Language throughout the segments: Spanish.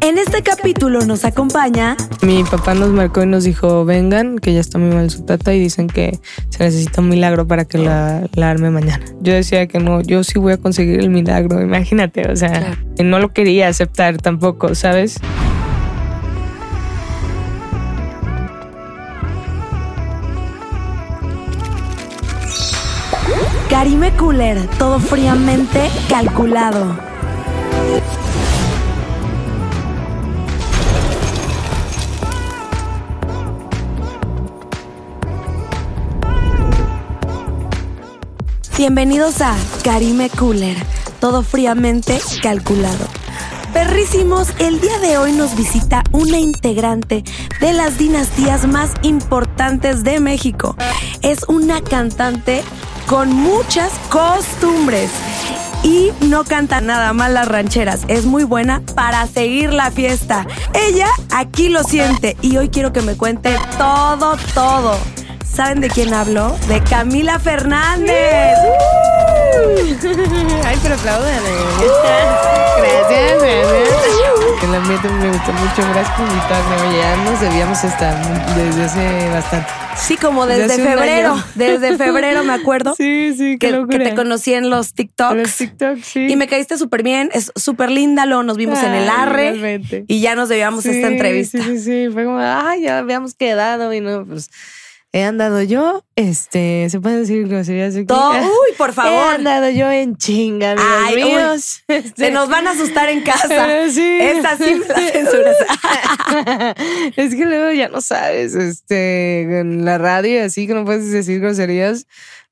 En este capítulo nos acompaña Mi papá nos marcó y nos dijo, vengan, que ya está muy mal su tata y dicen que se necesita un milagro para que la, la arme mañana. Yo decía que no, yo sí voy a conseguir el milagro, imagínate, o sea, Claro. y no lo quería aceptar tampoco, ¿sabes? Karime Cooler, todo fríamente calculado. Bienvenidos a Karime Cooler, todo fríamente calculado. Perrísimos, el día de hoy nos visita una integrante de las dinastías más importantes de México. Es una cantante con muchas costumbres y no canta nada más las rancheras. Es muy buena para seguir la fiesta. Ella aquí lo siente y hoy quiero que me cuente todo, todo. ¿Saben de quién hablo? De Camila Fernández. Ay, pero eh, apláudame. Gracias, gracias. El ambiente me gustó mucho, gracias por invitarme. Oye, ya nos debíamos estar desde hace bastante. Sí, como Desde desde, hace un febrero. año. Desde febrero me acuerdo Sí, sí, qué que, que locura. te conocí en los En TikToks. los TikTok, sí. Y me caíste súper bien, es súper linda, luego nos vimos en el Ay, arre realmente. y ya nos debíamos esta entrevista. Sí, sí, sí. Fue como, ah, ya habíamos quedado y no, pues he andado yo, este, se pueden decir groserías aquí. Todo- uy, por He favor. andado yo en chinga, amigos Ay, uy. míos. Este, Se nos van a asustar en casa. Eh, sí. Esta sí me la censuras. es que luego ya no sabes, este, en la radio así que no puedes decir groserías.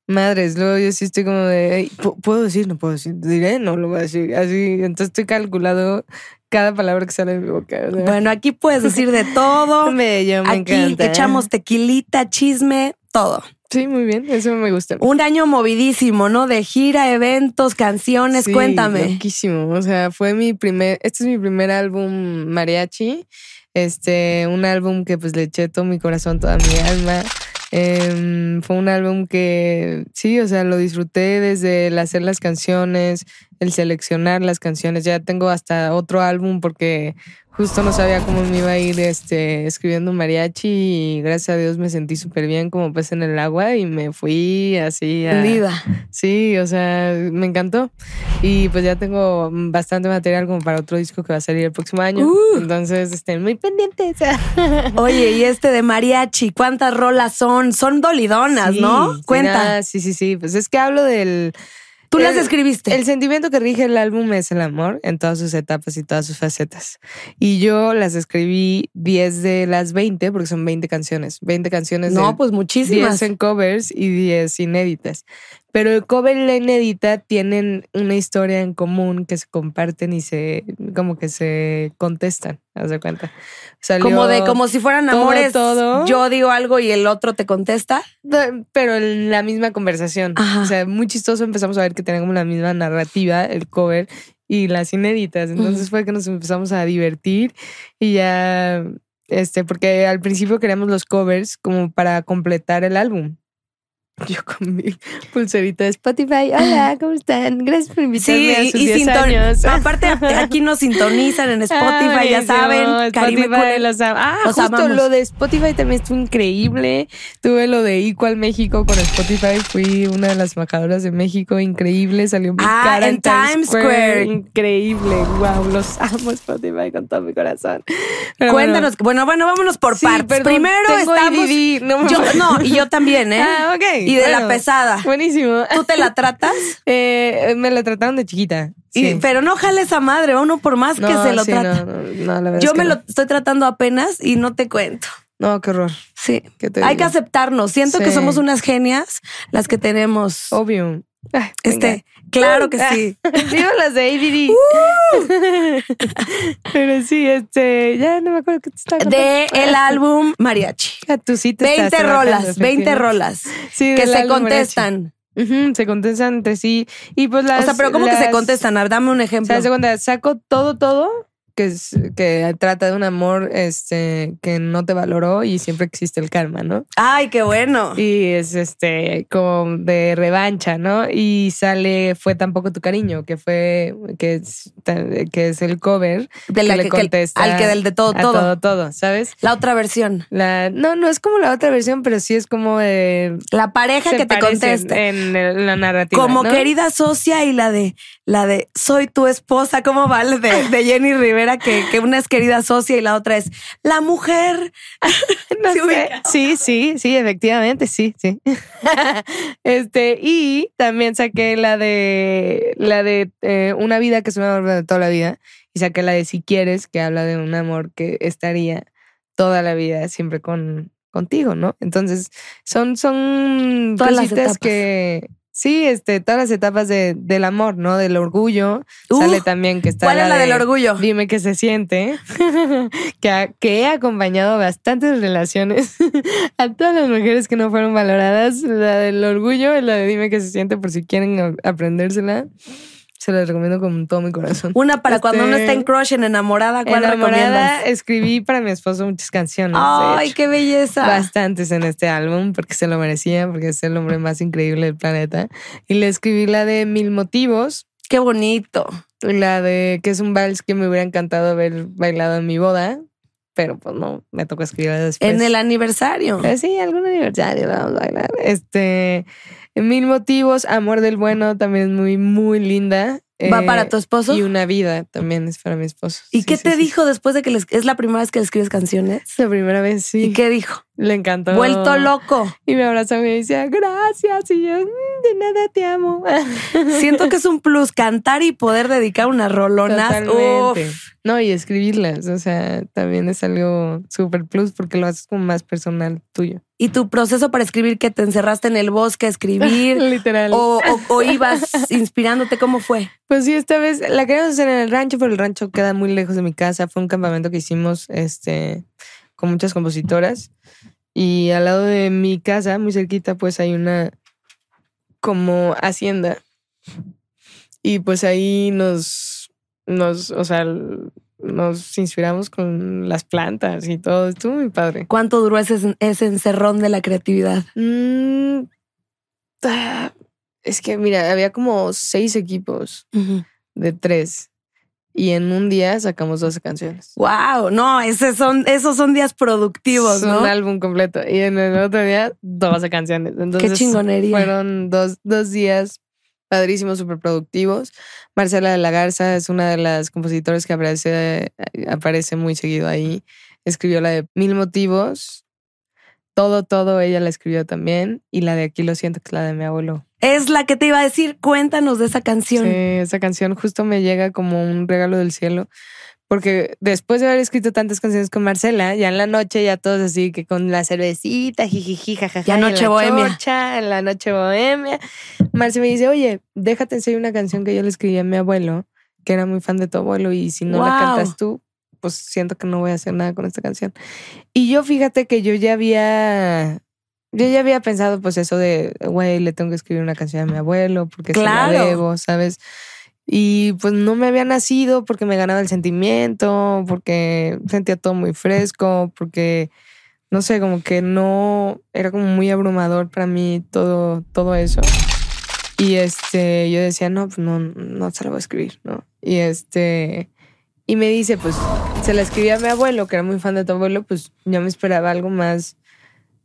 Madres, luego yo sí estoy como de, "Ey, ¿pu- ¿puedo decir? No puedo decir. Diré, no lo voy a decir. Así, entonces estoy calculado cada palabra que sale de mi boca. o sea. Bueno, aquí puedes decir de todo. Bello, me Aquí encanta. ¿eh? echamos tequilita, chisme, todo. Sí, muy bien, eso me gusta. Un año movidísimo, ¿no? De gira, eventos, canciones, Sí, cuéntame. Loquísimo. O sea, fue mi primer, este es mi primer álbum mariachi. Este, un álbum que pues le eché todo mi corazón, toda mi alma. Em, fue un álbum que sí, o sea, lo disfruté desde el hacer las canciones, el seleccionar las canciones. Ya tengo hasta otro álbum porque justo no sabía cómo me iba a ir este, escribiendo mariachi y gracias a Dios me sentí súper bien como pez en el agua y me fui así a, Hundida. Sí, o sea, me encantó. Y pues ya tengo bastante material como para otro disco que va a salir el próximo año. Uh. Entonces estén muy pendientes. Oye, y este de mariachi, ¿cuántas rolas son? Son dolidonas, Sí, ¿no? sí, Cuenta. nada, Sí, sí, sí. Pues es que hablo del. Tú las el- escribiste. El sentimiento que rige el álbum es el amor en todas sus etapas y todas sus facetas. Y yo las escribí 10 de las 20, porque son 20 canciones. 20 canciones. no, de- pues 10 muchísimas. en covers y 10 inéditas. Pero el cover y la inédita tienen una historia en común que se comparten y se como que se contestan, haz de cuenta. Salió- Como de como si fueran todo, amores. todo. Yo digo algo y el otro te contesta. Da- pero en la misma conversación. Ajá. O sea, muy chistoso empezamos a ver que tenían como la misma narrativa, el cover y las inéditas. Entonces Ujú. fue que nos empezamos a divertir y ya, este, porque al principio queríamos los covers como para completar el álbum. Yo con mi pulserita de Spotify. Hola, ¿cómo están? Gracias por invitarme a sus 10 sinton- años. Aparte, aquí nos sintonizan en Spotify, Ay, ya no, saben. Karime Spotify Cooler. los am- Ah, Los justo amamos. lo de Spotify también estuvo increíble. Tuve lo de Equal México con Spotify. Fui una de las bajadoras de México. Increíble. Salió mi Ah, cara en, en Times Square. Increíble. Wow, los amo Spotify con todo mi corazón. Pero bueno. Cuéntanos. Bueno, bueno, vámonos por Sí, partes. perdón, Primero tengo estamos. IDD, no me- yo, no, y yo también, ¿eh? Ah, ok, Y de la bueno. pesada. Buenísimo. ¿Tú te la tratas? Eh, me la trataron de chiquita. Y- Sí. pero no jales a madre, va uno por más que No, se lo sí, trata. no, no, no, la verdad Yo es que me no. lo estoy tratando apenas y no te cuento. No, qué horror. Sí. ¿Qué te Hay digo? que aceptarnos. Siento que Este, Sí. somos unas genias las que tenemos. Obvio. Ay, venga. este, claro que sí. Digo las de ADD. Pero sí, este, ya no me acuerdo qué te estaba De el álbum Mariachi. contando. Tú sí Ah. te estás 20 trabajando, rolas, 20 efectivamente. rolas que Sí, del se álbum Mariachi. contestan. Ujú, se contestan entre sí. Y pues las. o sea, pero ¿cómo que se las- contestan? A ver, dame un O ejemplo. sea, haz de cuenta, saco todo, todo, que que, es- que trata de un amor este, que no te valoró y siempre existe el karma, ¿no? Ay, qué bueno. Y es este como de revancha, ¿no? Y sale Fue tampoco tu cariño, que fue, que es, que es el cover de que le contesta al que del de todo, a todo. todo, todo, ¿sabes? La otra versión. La, no, no es como la otra versión, pero sí es como de La pareja se que te parecen contesta. en, el- la narrativa. Como ¿no? querida socia y la de la de soy tu esposa, ¿cómo vale? De, de Jenny Rivera, que, que una es querida socia y la otra es la mujer. No ¿Se sé. ubica? Sí, sí, sí, efectivamente, sí, sí. este, y también saqué la de la de eh, una vida que es un amor de toda la vida. Y saqué la de si quieres, que habla de un amor que estaría toda la vida siempre con, contigo, ¿no? Entonces, son, son Todas las cositas etapas. que. Sí, este, todas las etapas de, del amor, ¿no? Del orgullo. Uh, Sale también que está. ¿Cuál es la de- del orgullo? Dime qué se siente, que, ha- que he acompañado bastantes relaciones a todas las mujeres que no fueron valoradas. La del orgullo es la de dime qué se siente por si quieren a- aprendérsela. Se la recomiendo con todo mi corazón. Una para cuando uno Este, está en crush, en enamorada, ¿cuál Enamorada, recomiendas? escribí para mi esposo muchas canciones. de Ay, hecho. qué belleza. Bastantes en este álbum porque se lo merecía, porque es el hombre más increíble del planeta. Y le escribí la de Mil Motivos, Qué bonito. La de que es un vals que me hubiera encantado haber bailado en mi boda, pero pues no, me tocó escribirla después. en el aniversario. Pero sí, algún aniversario la vamos a bailar. Este, Mil Motivos, Amor del Bueno también es muy, muy linda. ¿Va Eh, para tu esposo? Y ¿Y, una vida también es para mi esposo. Sí, qué sí, te sí. dijo después de que les- es la primera vez que le escribes canciones? Es la primera vez, sí. ¿Y qué dijo? Le encantó. Vuelto loco. Y me abrazó y me decía, gracias. Y yo, "Mm, de nada te amo. Siento que es un plus cantar y poder dedicar unas rolonas. Totalmente. Uf. No, y escribirlas, o sea, también es algo súper plus porque lo haces como más personal tuyo. Y tu proceso para escribir, que te encerraste en el bosque a escribir Literal. o, o- o ibas inspirándote, ¿cómo fue? Pues sí, esta vez la queríamos hacer en el rancho, pero el rancho queda muy lejos de mi casa. Fue un campamento que hicimos este, con muchas compositoras. Y al lado de mi casa, muy cerquita, pues hay una como hacienda. Y pues ahí nos, nos o sea, nos inspiramos con las plantas y todo. Estuvo muy padre. ¿Cuánto duró ese, ese encerrón de la creatividad? Mm, ah, es que, mira, había como seis equipos de tres. Y en un día sacamos 12 canciones. Wow, no, esos son, esos son días productivos, Es ¿no? Un álbum completo. Y en el otro día, 12 canciones. Entonces, Qué chingonería. Fueron dos, dos días padrísimos, súper productivos. Marcela de la Garza es una de las compositoras que aparece, aparece muy seguido ahí. Escribió la de Mil Motivos. Todo, todo, ella la escribió también. Y la de Aquí lo siento, que es la de mi abuelo. Es la que te iba a decir, cuéntanos de esa canción. Sí, esa canción justo me llega como un regalo del cielo. Porque después de haber escrito tantas canciones con Marcela, ya en la noche, ya todos así, que con la cervecita, jijiji, jajaja. Ya en la noche bohemia. chorcha, en la noche bohemia. Marce me dice, oye, déjate enseñar una canción que yo le escribí a mi abuelo, que era muy fan de tu abuelo, y si no la Wow. cantas tú, pues siento que no voy a hacer nada con esta canción. Y yo fíjate que yo ya había yo ya había pensado, pues, eso de, güey, le tengo que escribir una canción a mi abuelo porque se Claro. la debo, ¿sabes? Y pues no me había nacido porque me ganaba el sentimiento, porque sentía todo muy fresco, porque no sé, como que no era como muy abrumador para mí todo, todo eso. Y este, yo decía, no, pues no, no se la voy a escribir, ¿no? Y este, y me dice, pues se la escribí a mi abuelo, que era muy fan de tu abuelo, pues yo me esperaba algo más,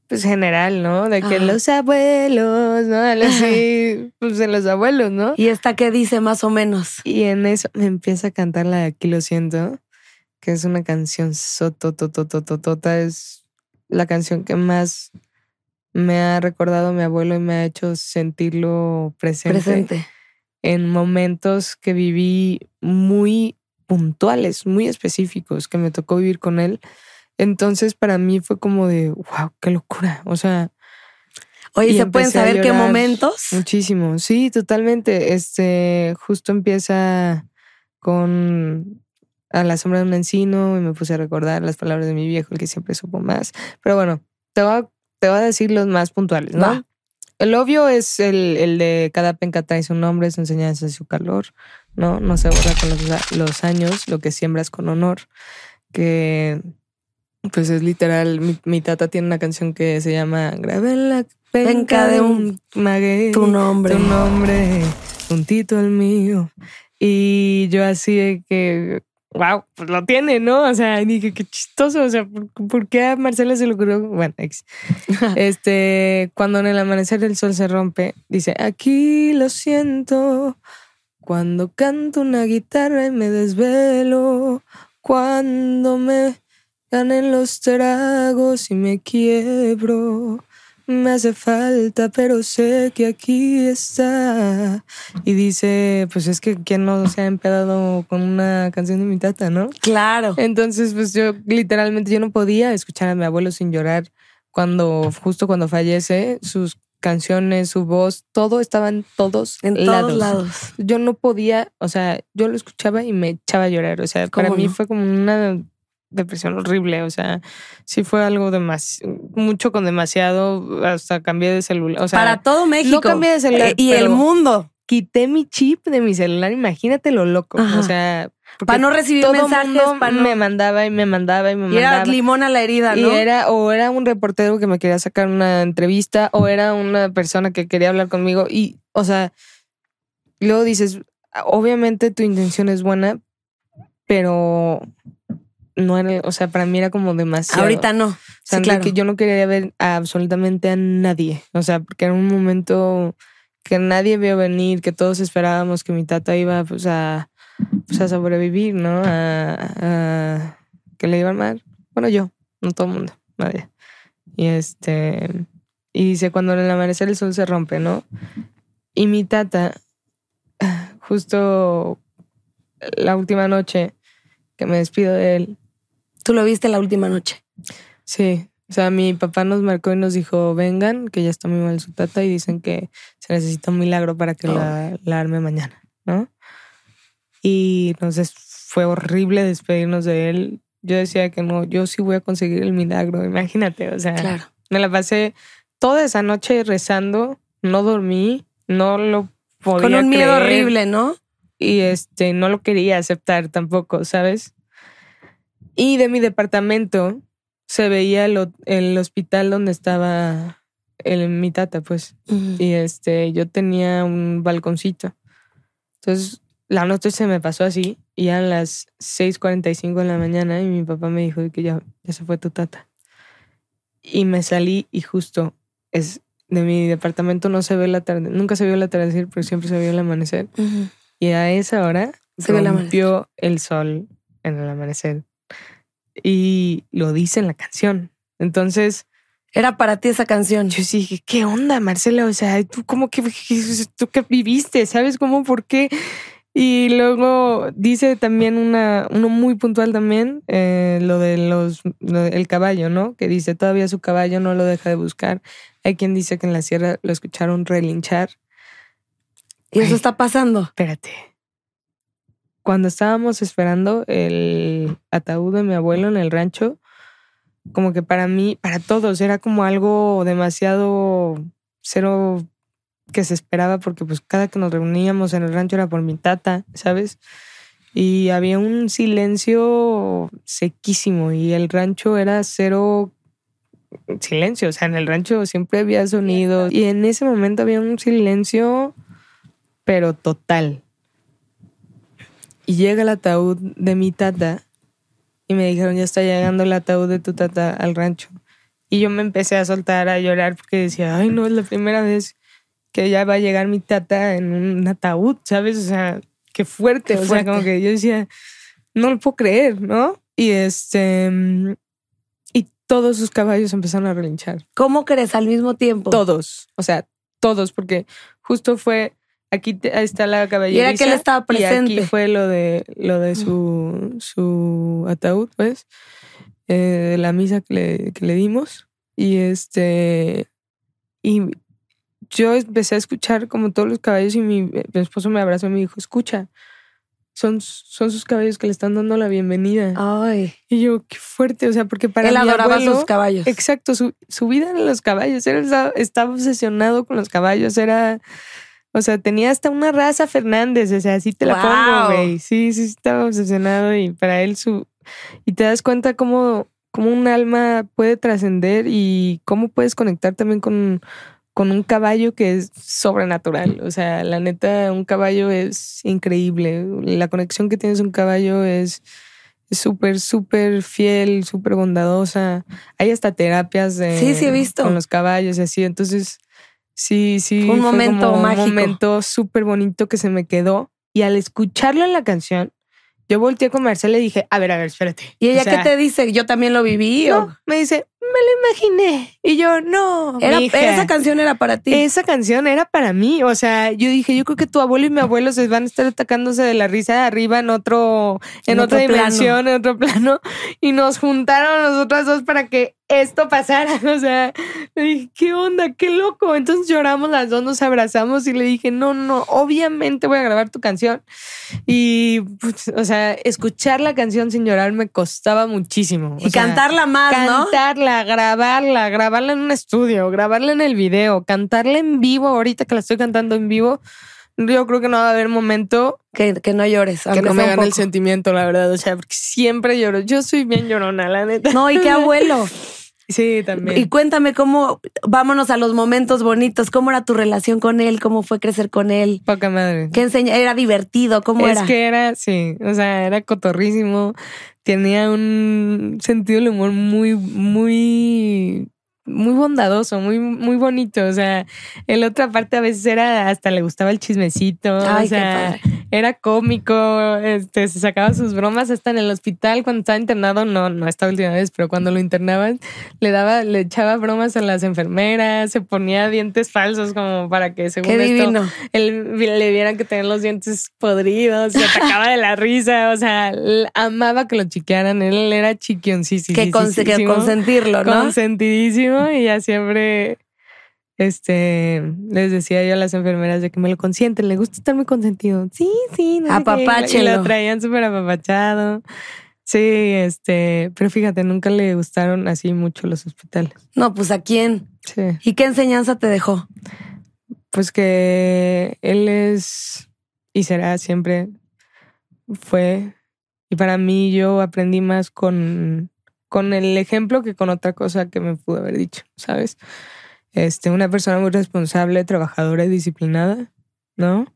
pues general, ¿no? De que Ajá. los abuelos, ¿no? Algo así, pues de los abuelos, ¿no? ¿Y esta qué dice más o menos? Y en eso me empieza a cantar la de Aquí lo siento, que es una canción sotototototota. Es la canción que más me ha recordado mi abuelo y me ha hecho sentirlo presente, Presente. en momentos que viví muy puntuales, muy específicos, que me tocó vivir con él. Entonces para mí fue como de, wow, qué locura. O sea, Oye, y ¿se pueden empecé a saber qué llorar momentos? Muchísimo, sí, totalmente. Este, justo empieza con a la sombra de un encino y me puse a recordar las palabras de mi viejo, el que siempre supo más. Pero bueno, te voy a, te voy a decir los más puntuales, ¿no? Va. El obvio es el, el de cada penca trae su nombre, su enseñanza y su calor. ¿no? No se borra con los, los años lo que siembras con honor, que pues es literal, mi, mi tata tiene una canción que se llama Grabé en la penca de un maguey, Tu nombre. tu nombre, juntito al mío. Y yo así de que, wow, pues lo tiene, ¿no? O sea, dije, qué chistoso, o sea, ¿por, por qué a Marcela se le ocurrió? Bueno, ex. este, cuando en el amanecer el sol se rompe, dice, aquí lo siento, cuando canto una guitarra y me desvelo, cuando me ganen los tragos y me quiebro. Me hace falta, pero sé que aquí está. Y dice, pues es que quién no se ha empedado con una canción de mi tata, ¿no? Claro. Entonces, pues yo literalmente yo no podía escuchar a mi abuelo sin llorar cuando justo cuando fallece, sus canciones, su voz, todo estaba en todos En lados. todos lados. Yo no podía, o sea, yo lo escuchaba y me echaba a llorar, o sea, para ¿Cómo mí no? fue como una depresión horrible, o sea, sí fue algo demasi mucho con demasiado, hasta cambié de celular, o sea, Para todo México. no cambié de celular Eh, y el pero mundo. Quité mi chip de mi celular, imagínate lo loco, Ajá. o sea, porque Para no recibir todo mensajes, mundo para no. me mandaba y me mandaba y me Y era mandaba. limón a la herida, Y ¿no? era, o era un reportero que me quería sacar una entrevista, o era una persona que quería hablar conmigo. Y, o sea, luego dices, obviamente tu intención es buena, pero no era, o sea, para mí era como demasiado. Ahorita no. o sí, sea, de claro. que yo no quería ver a absolutamente a nadie. O sea, porque era un momento que nadie vio venir, que todos esperábamos que mi tata iba pues a, pues, a sobrevivir, ¿no? A, a- que le iba mal. Bueno, yo, no todo el mundo, nadie. Y este y dice cuando en el amanecer el sol se rompe, ¿no? Y mi tata justo la última noche que me despido de él, Tú lo viste la última noche. Sí, o sea, mi papá nos marcó y nos dijo, vengan, que ya está muy mal su tata y dicen que se necesita un milagro para que la, la arme mañana, ¿no? Y entonces fue horrible despedirnos de él. Yo decía que no, yo sí voy a conseguir el milagro, imagínate, o sea, Claro. me la pasé toda esa noche rezando, no dormí, no lo podía Con un miedo creer horrible, ¿no? y este no lo quería aceptar tampoco, ¿sabes? Y de mi departamento se veía el, ho- el hospital donde estaba el, mi tata, pues. Y este, yo tenía un balconcito. Entonces, la noche se me pasó así y a las 6:45 de la mañana y mi papá me dijo que ya, ya se fue tu tata. Y me salí y justo es de mi departamento no se ve la tarde, nunca se vio el atardecer, pero siempre se vio el amanecer. Ujú. Y a esa hora Se ve el rompió el sol en el amanecer. Y lo dice en la canción. Entonces, Era para ti esa canción. yo sí dije, ¿qué onda, Marcela? O sea, tú cómo que tú qué viviste, ¿sabes cómo por qué? Y luego dice también una, uno muy puntual también, eh, lo de los lo de- el caballo, ¿no? Que dice, todavía su caballo no lo deja de buscar. Hay quien dice que en la sierra lo escucharon relinchar. Y eso Ay. está pasando. Espérate. Cuando estábamos esperando el ataúd de mi abuelo en el rancho, como que para mí, para todos, era como algo demasiado cero que se esperaba porque pues cada que nos reuníamos en el rancho era por mi tata, ¿sabes? Y había un silencio sequísimo y el rancho era cero silencio, o sea, en el rancho siempre había sonido y en ese momento había un silencio pero total. Y llega el ataúd de mi tata y me dijeron, ya está llegando el ataúd de tu tata al rancho. Y yo me empecé a soltar, a llorar, porque decía, ay, no, es la primera vez que ya va a llegar mi tata en un ataúd, ¿sabes? O sea, qué fuerte. Qué o fuerte. sea, como que yo decía, no lo puedo creer, ¿no? Y este... mm, Y todos sus caballos empezaron a relinchar. ¿Cómo crees al mismo tiempo? Todos, o sea, todos, porque justo fue aquí te- ahí está la Y caballeriza. era que él estaba presente. Y aquí fue lo de lo de su su ataúd, pues, eh, de la misa que le, que le dimos y este y yo empecé a escuchar como todos los caballos y mi, mi esposo me abrazó y me dijo, escucha, son son sus caballos que le están dando la bienvenida Ay. y yo qué fuerte, o sea, porque para Ah. él mi adoraba abuelo- sus caballos. Exacto, su, su vida eran los caballos. Era, estaba obsesionado con los caballos. Era O sea, tenía hasta una raza Fernández, o sea, así te la Guau. pongo, güey. Sí, sí, estaba obsesionado y para él su... Y te das cuenta cómo, cómo un alma puede trascender y cómo puedes conectar también con, con un caballo que es sobrenatural. O sea, la neta, un caballo es increíble. La conexión que tienes un caballo es es súper, súper fiel, súper bondadosa. Hay hasta terapias de, Sí, sí he visto. con los caballos y así. Entonces, sí, sí. Fue un fue momento como mágico. Un momento súper bonito que se me quedó. Y al escucharlo en la canción, yo volteé con Marcela y dije, a ver, a ver, espérate. ¿Y ella O sea, qué te dice? Yo también lo viví. o- no, me dice, me lo imaginé. Y yo, no. Era- mija. esa canción era para ti. Esa canción era para mí. O sea, yo dije, yo creo que tu abuelo y mi abuelo se van a estar atacándose de la risa de arriba en otro, en, En otra otro plano. dimensión, en otro plano. Y nos juntaron nosotras dos para que esto pasara. O sea, le dije, ¿qué onda? ¡Qué loco! Entonces lloramos las dos, nos abrazamos y le dije, no, no, obviamente voy a grabar tu canción. Y, pues, o sea, escuchar la canción sin llorar me costaba muchísimo. y O sea, cantarla más, Ah, ¿no? Cantarla, grabarla, grabarla en un estudio, grabarla en el video, cantarla en vivo, ahorita que la estoy cantando en vivo, yo creo que no va a haber momento Que, que no llores. que aunque sea no me un gane el poco. sentimiento, la verdad. O sea, porque siempre lloro. Yo soy bien llorona, la neta. No, y qué abuelo. Sí, también. Y cuéntame cómo, vámonos a los momentos bonitos, cómo era tu relación con él, cómo fue crecer con él, Poca madre. qué enseña, era divertido, cómo es era. que era, sí, o sea, era cotorrísimo, tenía un sentido del humor muy, muy, muy bondadoso, muy, muy bonito. O sea, en la otra parte a veces era hasta le gustaba el chismecito, Ay, o sea, era cómico, este, se sacaba sus bromas hasta en el hospital cuando estaba internado, no, no esta última vez, pero cuando lo internaban, le daba, le echaba bromas a las enfermeras, se ponía dientes falsos como para que según qué esto divino. él le vieran que tenían los dientes podridos, se atacaba de la risa, o sea, l- amaba que lo chiquearan, él era chiquioncísimo. que, cons- que consentirlo, ¿no? consentidísimo y ya siempre este les decía yo a las enfermeras de que me lo consienten, le gusta estar muy consentido. Sí, sí, no sé qué, y lo- Y Apapáchenlo. lo traían súper apapachado. Sí, este, pero fíjate, nunca le gustaron así mucho los hospitales. no, pues a quién. Sí. ¿Y qué enseñanza te dejó? Pues que él es y será siempre, fue, y para mí yo aprendí más con, con el ejemplo que con otra cosa que me pudo haber dicho, ¿sabes? Este, una persona muy responsable, trabajadora y disciplinada, ¿no?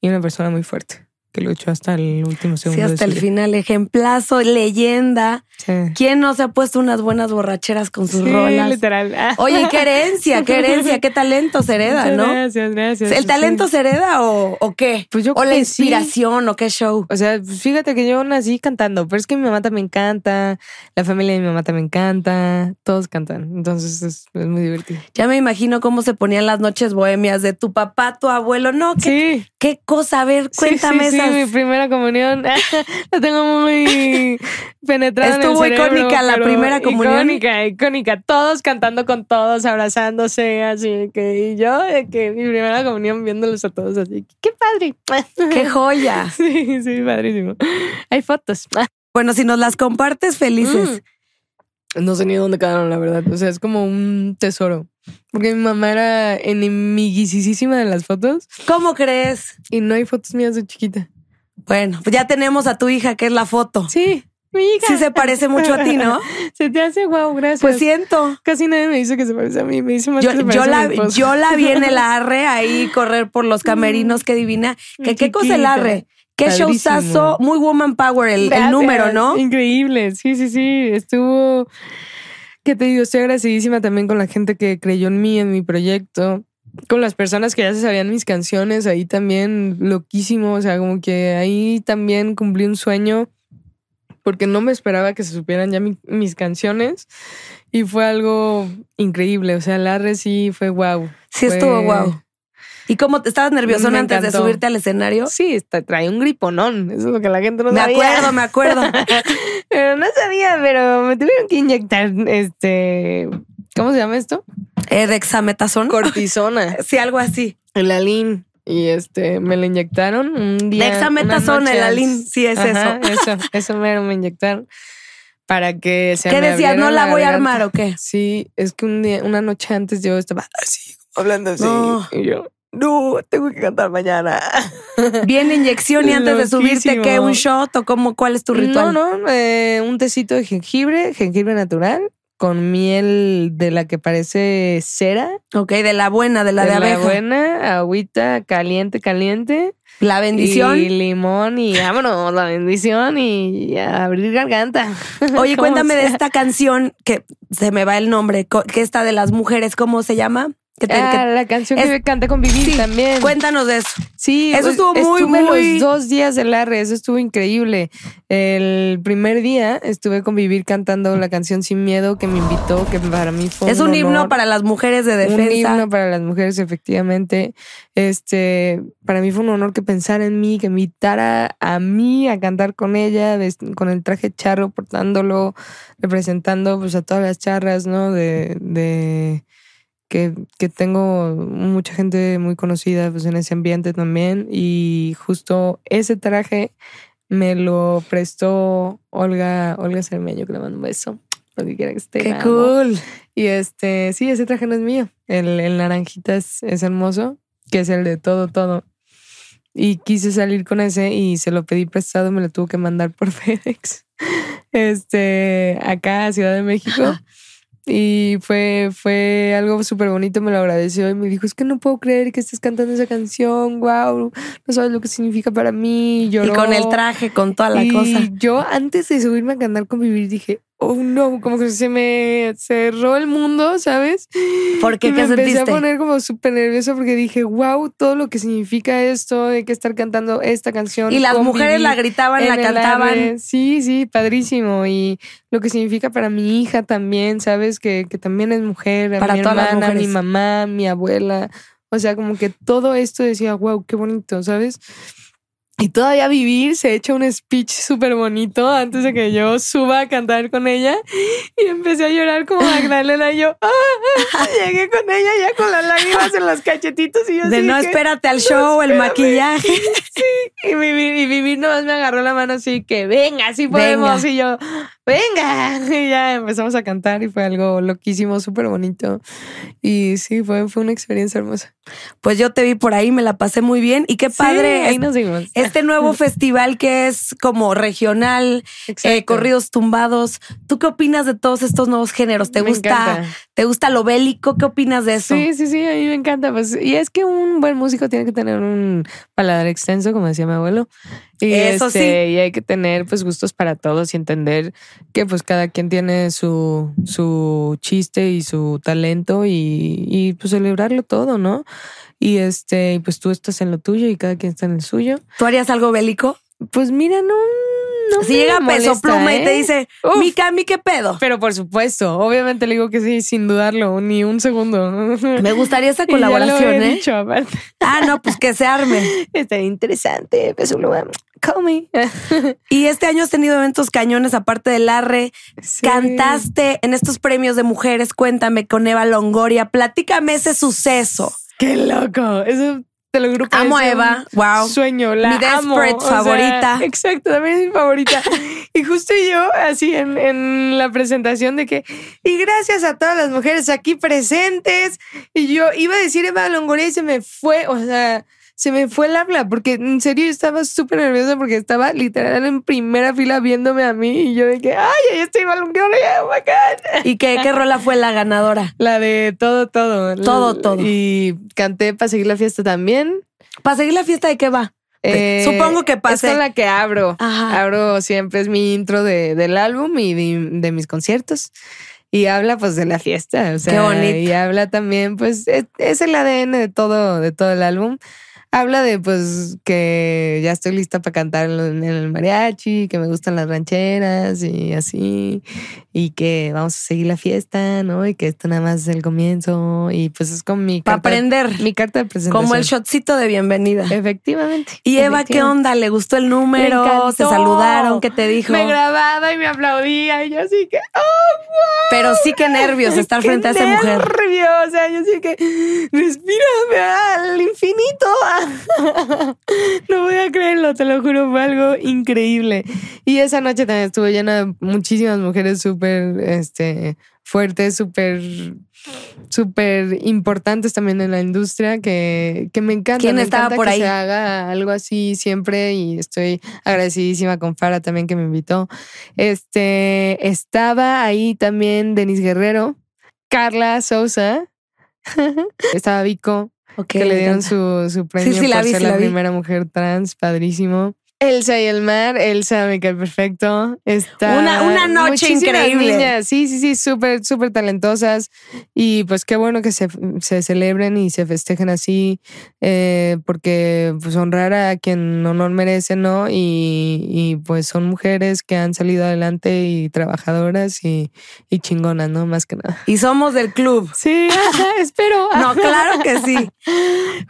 Y una persona muy fuerte, que luchó hasta el último Sí, segundo. de hasta su el vida. final, ejemplazo, leyenda. Sí. ¿Quién no se ha puesto unas buenas borracheras con sus Sí, rolas? literal. Ah. Oye, ¿y qué herencia, qué herencia, qué talento se hereda, Muchas ¿no? Gracias, gracias. ¿El Sí. talento se hereda o, o qué? Pues yo o creo la que sí. inspiración o qué show. O sea, pues, fíjate que yo nací cantando, pero es que mi mamá también canta, la familia de mi mamá también canta, todos cantan, entonces es, es muy divertido. Ya me imagino cómo se ponían las noches bohemias de tu papá, tu abuelo. No, qué, Sí, qué cosa. A ver, sí, cuéntame sí, sí, esas. mi primera comunión, la tengo muy penetrada. en el Estuvo cerebro, icónica la pero primera comunión. Icónica, icónica, todos cantando con todos, abrazándose, así que y yo, de que mi primera comunión viéndolos a todos así, qué padre. Qué joya. Sí, sí, padrísimo. Hay fotos. Bueno, si nos las compartes, felices. Mm. No sé ni dónde quedaron, la verdad. O sea, es como un tesoro. Porque mi mamá era enemiguisísima de las fotos ¿Cómo crees? y no hay fotos mías de chiquita. Bueno, pues ya tenemos a tu hija, que es la foto. Sí, mi hija. Sí se parece mucho a ti, ¿no? Se te hace guau, gracias. Pues siento. Casi nadie me dice que se parece a mí. Me dice más Yo, que se yo parece a la, mi esposo. yo la vi en el arre ahí correr por los camerinos, qué divina. Que, ¿Qué cosa el Chiquita. arre? Qué Padrísimo. showzazo, muy woman power el, el Gracias. número, ¿no? Increíble. Sí, sí, sí. Estuvo. ¿Qué te digo? Estoy agradecidísima también con la gente que creyó en mí, en mi proyecto. Con las personas que ya se sabían mis canciones, ahí también loquísimo. O sea, como que ahí también cumplí un sueño porque no me esperaba que se supieran ya mi- mis canciones y fue algo increíble. O sea, la re sí fue wow. Sí Fue- estuvo guau. ¿Y cómo te estabas nervioso Pues, Me antes de encantó. subirte al escenario? Sí, está, trae un griponón. Eso es lo que la gente no Me sabía. acuerdo, me acuerdo. Pero no sabía, pero me tuvieron que inyectar este. ¿Cómo se llama esto? Eh, dexametasona. Cortisona. Sí, algo así. El Alin. Y este, me lo inyectaron un día. Dexametasona, una noche el antes. Alin, sí, es Ajá, eso. Eso mero me inyectaron para que se ¿Qué me decías? ¿No abriera la voy a garganta. armar o qué? Sí, es que un día, una noche antes yo estaba así, hablando así. No. Y yo, no, tengo que cantar mañana. Bien inyección y antes de subirte, Loquísimo. ¿qué? ¿Un shot o cómo? ¿Cuál es tu ritual? No, no, eh, un tecito de jengibre, jengibre natural, con miel de la que parece cera, Ok, de la buena, de la de, de abeja. la buena, agüita caliente, caliente. La bendición. Y limón y vámonos, la bendición y, a abrir garganta. Oye, Como cuéntame de sea. esta canción que se me va el nombre, co- que esta de las mujeres, ¿cómo se llama? Que te- Ah, que- la canción es- que canté con Vivi sí, también. Cuéntanos de eso. Sí, pues, Eso estuvo muy, estuve muy- los dos días del arre, eso estuvo increíble. El primer día estuve con Vivir cantando la canción Sin Miedo que me invitó, que para mí fue es un himno honor. para las mujeres de Un defensa. himno para las mujeres, efectivamente. Este, para mí fue un honor que pensara en mí, que me invitara a mí a cantar con ella, des- con el traje charro, portándolo, representando pues a todas las charras, ¿no? De, de que, que tengo mucha gente muy conocida pues, en ese ambiente también. Y justo ese traje me lo prestó Olga, Olga Cermeño, que le mando un beso. Donde quiera que esté. Qué la amo. cool. Y este, sí, ese traje no es mío. El, el naranjita es, es hermoso, que es el de todo, todo. Y quise salir con ese y se lo pedí prestado, me lo tuvo que mandar por FedEx. Este, acá a Ciudad de México. Y fue, fue algo súper bonito, me lo agradeció y me dijo, es que no puedo creer que estés cantando esa canción, wow, no sabes lo que significa para mí. Lloró. Y con el traje, con toda la Y cosa. Yo antes de subirme a cantar con Vivir dije, oh no, como que se me cerró el mundo, ¿sabes? ¿Por qué? Y ¿Qué me empecé sentiste? a poner como súper nerviosa porque dije, wow, todo lo que significa esto, hay que estar cantando esta canción. Y las con mujeres Vivir la gritaban, en la el cantaban. arre. Sí, sí, padrísimo. Y lo que significa para mi hija también, ¿sabes? Que, que también es mujer, a Para mi todas las hermana, mi mujeres. mamá, mi abuela. O sea, como que todo esto decía, wow, qué bonito, ¿sabes? Y todavía vivir se echa un speech súper bonito antes de que yo suba a cantar con ella. Y empecé a llorar como Magdalena. Y yo, ¡ah! llegué con ella ya con las lágrimas en los cachetitos. Y yo De así no que- espérate al show, el espérame. maquillaje. y vivir, y vivir nomás me agarró la mano así que venga, sí podemos. Venga. Y yo, venga. Y ya empezamos a cantar y fue algo loquísimo, súper bonito. Y sí, fue, fue una experiencia hermosa. Pues yo te vi por ahí, me la pasé muy bien. Y qué Sí, padre ahí es- nos vimos. este nuevo festival que es como regional, eh, Exacto. corridos tumbados. ¿Tú qué opinas de todos estos nuevos géneros? ¿Te Me gusta? encanta. ¿Te gusta lo bélico? ¿Qué opinas de eso? Sí, sí, sí, a mí me encanta. Pues, y es que un buen músico tiene que tener un paladar extenso, como decía mi abuelo. Y Eso este, Y hay que tener pues gustos para todos y entender que pues cada quien tiene su, su chiste y su talento y, y pues celebrarlo todo, ¿no? Y este, y, pues tú estás en lo tuyo y cada quien está en el suyo. ¿Tú harías algo bélico? Pues mira, no. no si me llega peso molesta, pluma y te ¿eh? dice, Uf. Mica, mi qué pedo. Pero por supuesto, obviamente le digo que sí, sin dudarlo, ni un segundo. Me gustaría esa Y ya lo he colaboración, ¿eh? dicho, aparte. Ah, no, pues que se arme. Está interesante, pues un lugar. Call me. Y este año has tenido eventos cañones, aparte del arre. Cantaste en estos premios de mujeres, cuéntame con Eva Longoria. Platícame ese suceso. Qué loco. Eso te lo juro. Amo a parece Eva. un Wow. Sueño, la Mi amo. desperate O sea, favorita. exacto, también es mi favorita. y justo yo, así en, en la presentación de que, y gracias a todas las mujeres aquí presentes. Y yo iba a decir Eva Longoria y se me fue, o sea, se me fue el habla, porque en serio yo estaba súper nerviosa porque estaba literal en primera fila viéndome a mí y yo de que, ay, ahí está Eva Longoria, oh my God. ¿Y qué, qué rola fue la ganadora? La de todo, todo. Todo, L- todo. Y canté para seguir la fiesta también. ¿Para seguir la fiesta de qué va? Eh, Supongo que pasé. Es con la que abro. Ajá. Abro siempre, es mi intro de- del álbum y de, de mis conciertos. Y habla pues de la fiesta. O sea, Qué bonito. Y habla también, pues, es, es el ADN de todo, de todo el álbum. Habla de pues que ya estoy lista para cantar en lo- en el mariachi, que me gustan las rancheras y así, y que vamos a seguir la fiesta, ¿no? Y que esto nada más es el comienzo. Y pues es con mi Para carta, aprender. mi carta de presentación. Como el shotcito de bienvenida. Efectivamente. Y Eva, ¿qué efectivamente. onda? ¿Le gustó el Me número? encantó. ¿Se saludaron? ¿Qué te dijo? Me grababa y me aplaudía y yo así que, ¡oh, wow! Pero sí que nervios Pues estar Qué frente a esa mujer. nerviosa, yo así que, respírame al infinito. no voy a creerlo, te lo juro, fue algo increíble. Y esa noche también estuvo llena de muchísimas mujeres súper, este fuertes, súper, súper importantes también en la industria, que, que me encanta. ¿Quién me estaba encanta por que ahí? se haga algo así siempre y estoy agradecidísima con Farah también que me invitó. Este, estaba ahí también Denis Guerrero, Carla Sousa, estaba Vico, Ok, que le me dieron encanta. su, su premio sí, la por vi, ser sí, la, la vi. primera mujer trans, padrísimo. Elsa y el mar, Elsa me cae perfecto. Está Una- una noche muchísimas increíble. niñas, Sí, sí, sí, súper, súper talentosas. Y pues qué bueno que se, se celebren y se festejen así, eh, porque pues honrar a quien honor merece, ¿no? Y, y, pues son mujeres que han salido adelante y trabajadoras y, y chingonas, ¿no? Más que nada. Y somos del club. Sí, espero. No, claro que sí.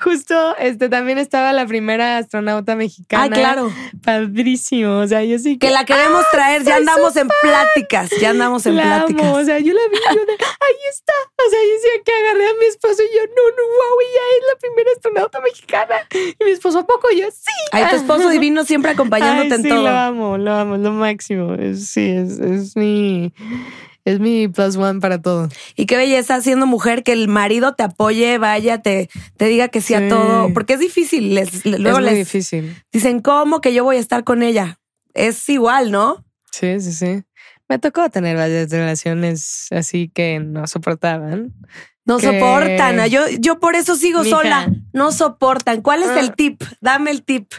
Justo, este también estaba la primera astronauta mexicana. Ah, claro. Padrísimo. O sea, yo sí que. Que la queremos traer. Ya Ah, soy andamos en pláticas. Ya andamos en la pláticas. amo. O sea, yo la vi, yo de, ahí está. O sea, yo decía que agarré a mi esposo y yo, no, no, wow, ella es la primera astronauta mexicana. Y mi esposo, ¿a poco? Y yo, sí. Ay, tu esposo divino siempre acompañándote Ay, en sí, todo. lo amo, lo amo, es lo máximo. Es- sí, es, es mi. Es mi plus one para todo. Y qué belleza siendo mujer, que el marido te apoye, vaya, te, te diga que sí, a Sí. todo. Porque es difícil. les- le- luego es muy les difícil. dicen, ¿cómo que yo voy a estar con ella? Es igual, ¿no? Sí, sí, sí. Me tocó tener varias relaciones así que no soportaban. No Que- soportan. ah, Yo, yo por eso sigo Mija. sola. No soportan. ¿Cuál es el Ah. tip? Dame el tip.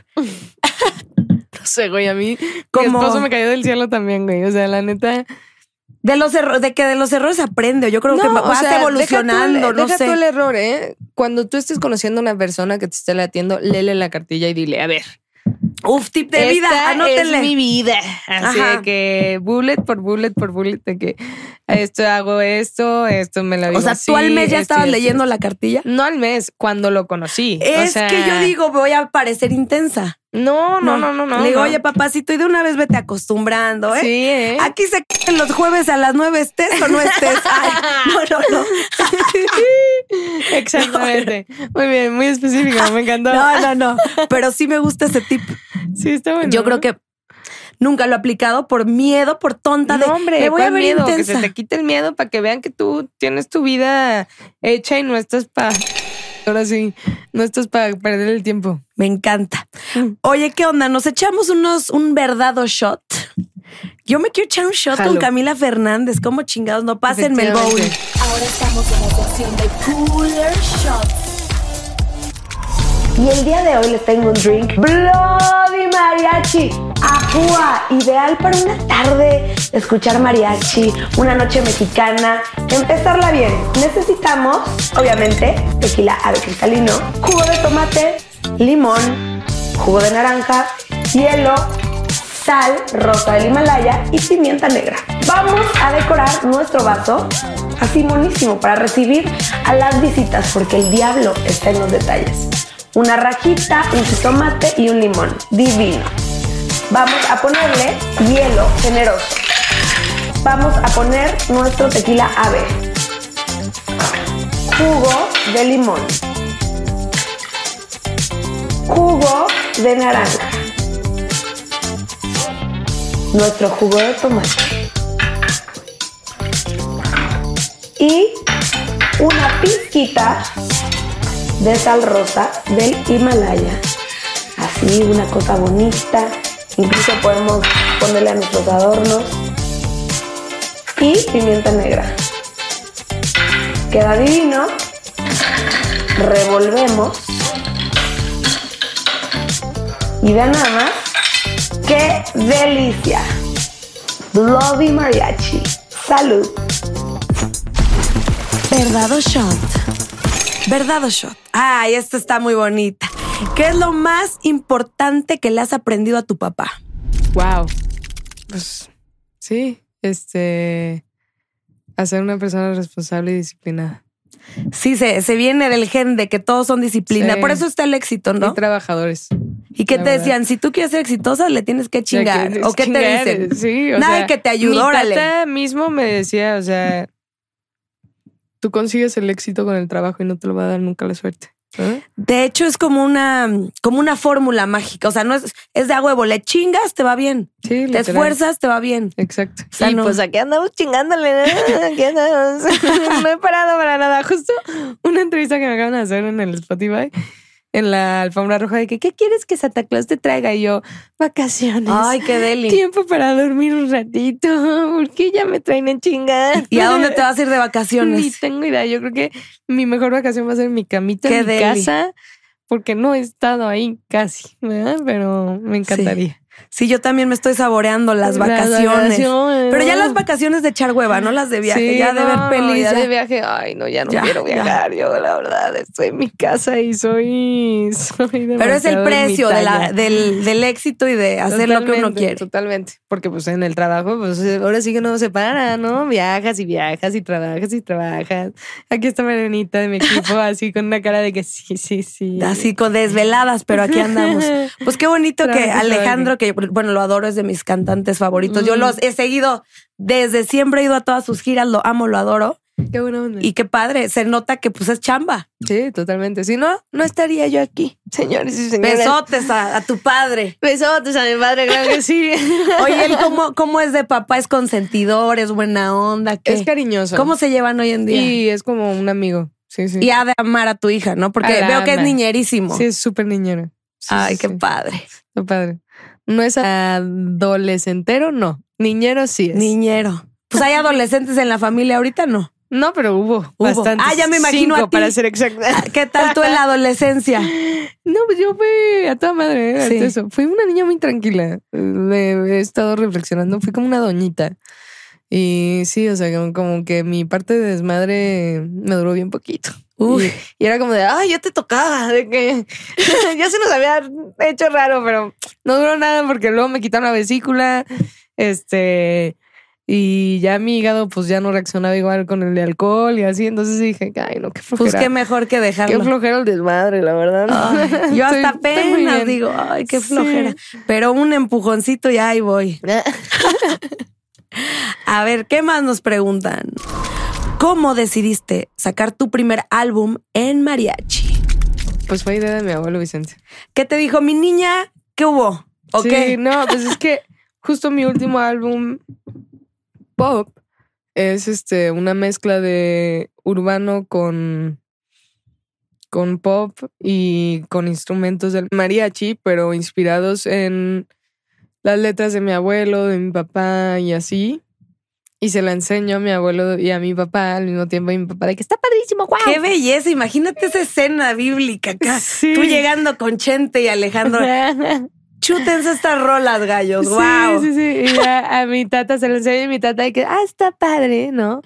No sé, güey, a mí mi Como- esposo me cayó del cielo también, güey. O sea, la neta. De los errores, de que de los errores aprende. Yo creo que No, va- o vas sea, deja tú el- evolucionando, no deja sé. tú el error, ¿eh? Cuando tú estés conociendo a una persona que te esté latiendo, léele la cartilla y dile, a ver. Uf, tip de vida, esta anótenle. es mi vida. Así Ajá. de que bullet por bullet por bullet, de que esto hago esto, esto me la vivo o sea, así, tú al mes ya esto y estabas esto y leyendo la cartilla. esto. No al mes, cuando lo conocí. O Es sea, que yo digo, voy a parecer intensa. No, no, no, no, no. Le digo, no. oye, papacito, y de una vez vete acostumbrando, ¿eh? Sí, ¿eh? Aquí se c- los jueves a las nueve, estés o no estés. Ay, no, no, no. Exactamente. Muy bien, muy específico. Me encantó. No, no, no. Pero sí me gusta ese tip. Sí, está bueno. Yo creo que nunca lo he aplicado por miedo, por tonta. de, No, hombre, me voy a ¿cuál ver miedo? que intensa. se te quite el miedo para que vean que tú tienes tu vida hecha y no estás para. Ahora sí, no estás para perder el tiempo. Me encanta. Mm. Oye, ¿qué onda? Nos echamos unos, un verdado shot. Yo me quiero echar un shot Jalo. con Camila Fernández. ¿Cómo chingados? No pásenme el bowl. Efectivamente. Ahora estamos en la sección de Cooler Shots. Y el día de hoy les tengo un drink Bloody Mariachi. Ajua, ideal para una tarde de escuchar mariachi, una noche mexicana. Empezarla bien. Necesitamos, obviamente, tequila ave cristalino, jugo de tomate, limón, jugo de naranja, hielo, sal rosa del Himalaya y pimienta negra. Vamos a decorar nuestro vaso así monísimo para recibir a las visitas porque el diablo está en los detalles. Una rajita, un jitomate y un limón. Divino. Vamos a ponerle hielo generoso. Vamos a poner nuestro tequila ave. Jugo de limón. Jugo de naranja nuestro jugo de tomate y una pizquita de sal rosa del Himalaya. Así, una cosa bonita. Incluso podemos ponerle a nuestros adornos. Y pimienta negra. Queda divino. Revolvemos. Y vean nada más ¡Qué delicia! Bloody Mariachi. Salud. Verdado shot. Verdado shot. Ay, esta está muy bonita. ¿Qué es lo más importante que le has aprendido a tu papá? Wow. Pues sí, este. Hacer una persona responsable y disciplinada. Sí, se, se viene del gen de que todos son disciplina. Sí. Por eso está el éxito, Y ¿no? trabajadores. Y, que la te verdad. decían, si tú quieres ser exitosa, le tienes que chingar. ¿O qué Chingar, te dicen? Sí, o Nadie sea, que te ayude, mi órale. tata mismo me decía, o sea, tú consigues el éxito con el trabajo y no te lo va a dar nunca la suerte. ¿Eh? De hecho, es como una, mm, como una fórmula mágica. O sea, no es, es de a huevo, le chingas, te va bien. Sí, Te literal. esfuerzas, te va bien. Exacto. sea, y no- pues aquí andamos chingándole. ¿no? Aquí andamos. no he parado para nada. Justo una entrevista que me acaban de hacer en el Spotify, en la alfombra roja, de que, ¿qué quieres que Santa Claus te traiga? Y yo, vacaciones. Ay, qué deli. Tiempo para dormir un ratito. ¿Por qué ya me traen en chingar? ¿Y a dónde te vas a ir de Ni vacaciones? tengo idea. Yo creo que mi mejor vacación va a ser en mi camita, Qué en mi deli. casa, porque no he estado ahí casi, ¿verdad? Pero me encantaría. Sí, yo también me estoy saboreando las vacaciones. vacaciones. Pero ya las vacaciones de echar hueva, no las de este viaje, Sí, ya de ver no, pelis. ya ya. de viaje. Ay, no, ya no Ya, quiero ya. viajar. Yo, la verdad, estoy en mi casa y soy. soy Pero es el demasiado precio de la- ermitaña. del, del éxito y de hacer lo que uno Totalmente, quiere. Totalmente. Porque pues en el trabajo, pues ahora sí que no se para, ¿no? Viajas y viajas y trabajas y trabajas. Aquí está Marenita de mi equipo, así con una cara de que sí, sí, sí. Así con desveladas, pero aquí andamos. Pues qué bonito que Trabaje, Alejandro, que bueno, lo adoro, es de mis cantantes favoritos. Yo Mm. los he seguido desde siempre, he ido a todas sus giras, lo amo, lo adoro. Qué buena onda. Y qué padre, se nota que pues es chamba. sí, totalmente. Si no, no estaría yo aquí, señores y señores. Besotes a, a tu padre. Besotes a mi padre, claro que sí. Oye, ¿él cómo, cómo es de papá? ¿Es consentidor? ¿Es buena onda? ¿Qué? es cariñoso. ¿Cómo se llevan hoy en día? Y, Y es como un amigo. Sí, sí. ha de amar a tu hija, ¿no? Porque Ah, la veo que es ama. niñerísimo. Sí, es súper niñero. Sí, Ay, sí, qué sí. padre. Está padre. No es adolescentero, no. Niñero sí es. Niñero. Pues hay adolescentes en la familia ahorita, ¿no? No, pero hubo, bastantes. Ah, ya me imagino Cinco, a ti. Ah. para ser exacta. ¿Qué tal tú en la adolescencia? No, pues yo fui a toda madre. ¿eh? Sí. Antes eso. Fui una niña muy tranquila. Me he estado reflexionando. Fui como una doñita. Y sí, o sea, como, como que mi parte de desmadre me duró bien poquito. Uy. Y, y era como de, ay, ya te tocaba. De que ya se nos había hecho raro, pero no duró nada porque luego me quitaron la vesícula. Este. Y ya mi hígado, pues ya no reaccionaba igual con el alcohol y así. Entonces dije, ay, no, qué Pues flojera. qué mejor que Qué dejarlo. flojera el desmadre, la verdad. Ay, yo Estoy- hasta estoy muy apenas bien. digo, ay, qué Sí. flojera. Pero un empujoncito y ahí voy. A ver, ¿qué más nos preguntan? ¿Cómo decidiste sacar tu primer álbum en mariachi? Pues fue idea de mi abuelo Vicente. ¿Qué te dijo mi niña? ¿Qué hubo? ¿O Sí, qué? no, pues es que justo mi último álbum pop es este una mezcla de urbano con con pop y con instrumentos del mariachi, pero inspirados en las letras de mi abuelo, de mi papá y así. Y se la enseño a mi abuelo y a mi papá al mismo tiempo y mi papá de que está padrísimo, wow. Qué belleza, imagínate esa escena bíblica acá. Sí. Tú llegando con Chente y Alejandro. Chútense estas rolas, gallos. Sí, wow. sí, sí. Y ya a mi tata se lo enseño y mi tata de que, ah, está padre, ¿no?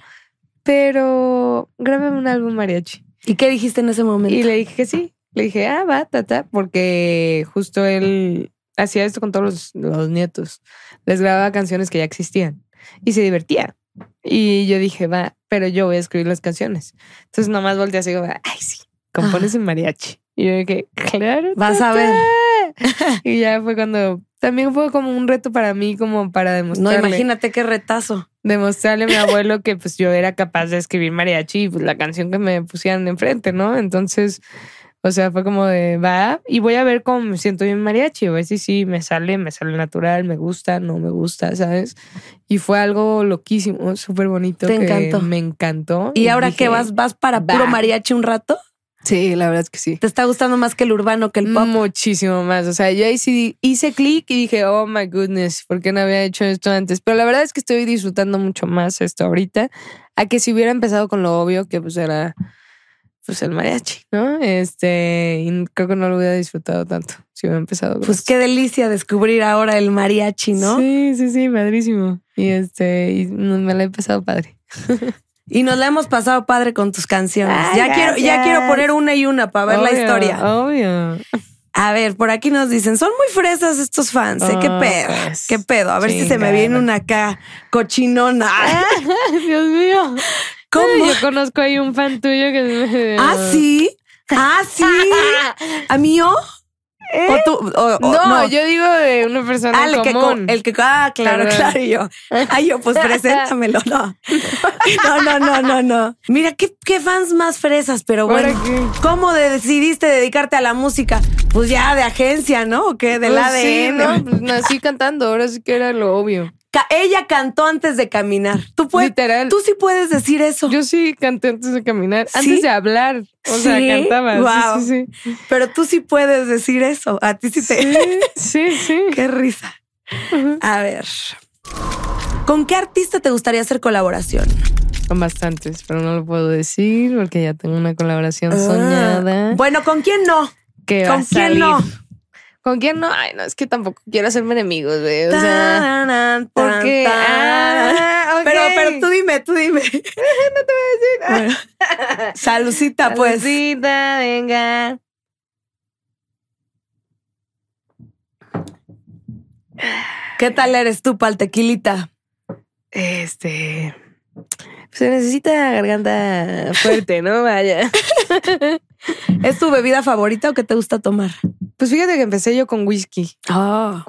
Pero grábame un álbum mariachi. ¿Y qué dijiste en ese momento? Y le dije que sí. Le dije, ah, va, tata, porque justo él hacía esto con todos los, los nietos. Les grababa canciones que ya existían y se divertía. Y yo dije, va, pero yo voy a escribir las canciones. Entonces nomás volteé así, como, ay, sí, compones en mariachi. Y yo dije, claro. Ah. Vas a tata". ver. Y ya fue cuando también fue como un reto para mí, como para No, demostrarle, imagínate qué retazo. demostrarle a mi abuelo que pues yo era capaz de escribir mariachi, y, pues la canción que me pusieran enfrente, ¿no? Entonces, o sea, fue como de va y voy a ver cómo me siento bien mariachi, a ver si sí me sale, me sale natural, me gusta, no me gusta, ¿sabes? Y fue algo loquísimo, súper bonito. Te que encantó. Me encantó. ¿Y ahora dije, qué vas? ¿Vas para va. puro mariachi un rato? Sí, la verdad es que sí. ¿Te está gustando más que el urbano, que el Mm, pop? Muchísimo más. O sea, yo ahí sí hice clic y dije, oh my goodness, ¿por qué no había hecho esto antes? Pero la verdad es que estoy disfrutando mucho más esto ahorita, a que si hubiera empezado con lo obvio, que pues era pues el mariachi, ¿no? Este, y creo que no lo hubiera disfrutado tanto si hubiera empezado con Pues esto. qué delicia descubrir ahora el mariachi, ¿no? Sí, sí, sí, padrísimo. Y este, y no, me la he pasado padre. Y nos la hemos pasado padre con tus canciones. Ay, ya quiero, ya gracias. quiero poner una y una para ver la Obvio, Oh. historia. Obvio. A ver, por aquí nos dicen, son muy fresas estos fans, ¿eh? ¿Qué Ah, pedo? pues, ¿Qué pedo? A ver si se me chingada. viene una acá cochinona. Dios mío. Ah. ¿Cómo? Yo conozco ahí un fan tuyo que es medio- ¿Ah, sí? ¿Ah, sí? ¿A mí? oh? O tú, o- o- ¿Eh? No, yo digo de una persona Ah, el que, co- común. el que, ah, claro, Perdón. claro, y yo. Ay, yo, pues preséntamelo, no. No, no, no, no, no. Mira, qué, qué fans más fresas, pero ¿Ahora bueno. qué? ¿Cómo decidiste dedicarte a la música? Pues ya de agencia, ¿no? ¿O qué? Del Pues ADN. sí, ¿no? Pues nací cantando, ahora sí que era lo obvio. Ca- Ella cantó antes de caminar. Tú puedes, Literal. tú sí puedes decir eso. Yo sí canté antes de caminar, ¿Sí? antes de hablar. O sea, ¿Sí? cantaba. Sí, Guau. Sí, Pero tú sí puedes decir eso. A ti sí te. sí, sí. Sí, sí. Qué risa. Ujú. A ver. ¿Con qué artista te gustaría hacer colaboración? Son bastantes, pero no lo puedo decir porque ya tengo una colaboración soñada. Ah. Bueno, ¿con quién no? que va ¿Con a salir. quién no? ¿Con quién no? Ay, no, es que tampoco quiero hacerme enemigos, güey. O sea, Tararán, porque. tan, tan. Ah, ok. Pero, pero tú dime, tú dime. Bueno. Salucita, pues. Salucita, venga. ¿Qué tal eres tú, pal tequilita? Este. pues, Se necesita garganta fuerte, ¿no? Vaya. ¿Es tu bebida favorita o qué te gusta tomar? Pues fíjate que empecé yo con whisky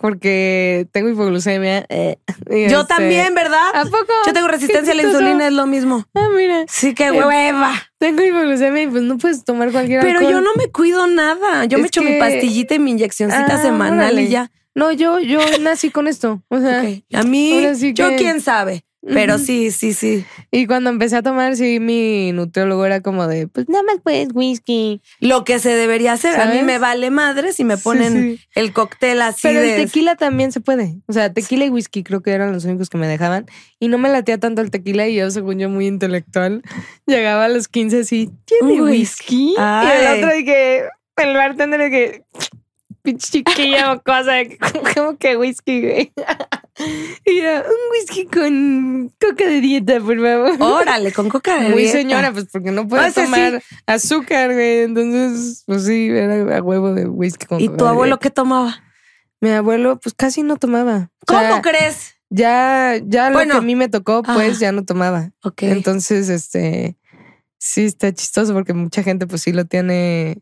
porque tengo hipoglucemia. eh, y Yo Oh, este- también, ¿A ¿verdad? poco? Yo tengo resistencia a la Qué chistoso. insulina, es lo mismo. Ah, mira. Sí, qué Eh, hueva. Tengo hipoglucemia y pues no puedes tomar cualquier Pero alcohol. yo no me cuido nada. Yo me Es echo mi que- pastillita y mi inyeccioncita Ah, semanal y órale. ya. No, yo, yo nací con esto. O sea, Ok. A mí, Ahora sí yo que- quién sabe. Pero Ujú. sí, sí, sí. y cuando empecé a tomar, sí, mi nutriólogo era como de, pues nada más puedes whisky. Lo que se debería hacer. A mí ¿Sabes? me vale madre si me Sí, ponen sí. el cóctel así Pero de. el tequila también se puede. O sea, tequila y whisky creo que eran los únicos que me dejaban. Y no me latía tanto el tequila y yo, según yo, muy intelectual, llegaba a los 15 así, ¿tiene Un whisky? Y Ay. el otro dije, el bartender dije, pinche chiquilla o cosa, como que whisky, güey. Y yo, un whisky con coca de dieta, por favor. Órale, con coca de Muy dieta. señora, pues porque no Ah, puede ese sí. tomar azúcar, güey. Entonces, pues sí, era a huevo de whisky con ¿Y coca tu de abuelo dieta. qué tomaba? Mi abuelo, pues casi no tomaba. O ¿Cómo sea, crees? Ya, ya lo Bueno. que a mí me tocó, pues Ah. ya no tomaba. Ok. Entonces, este, sí está chistoso porque mucha gente, pues sí lo tiene.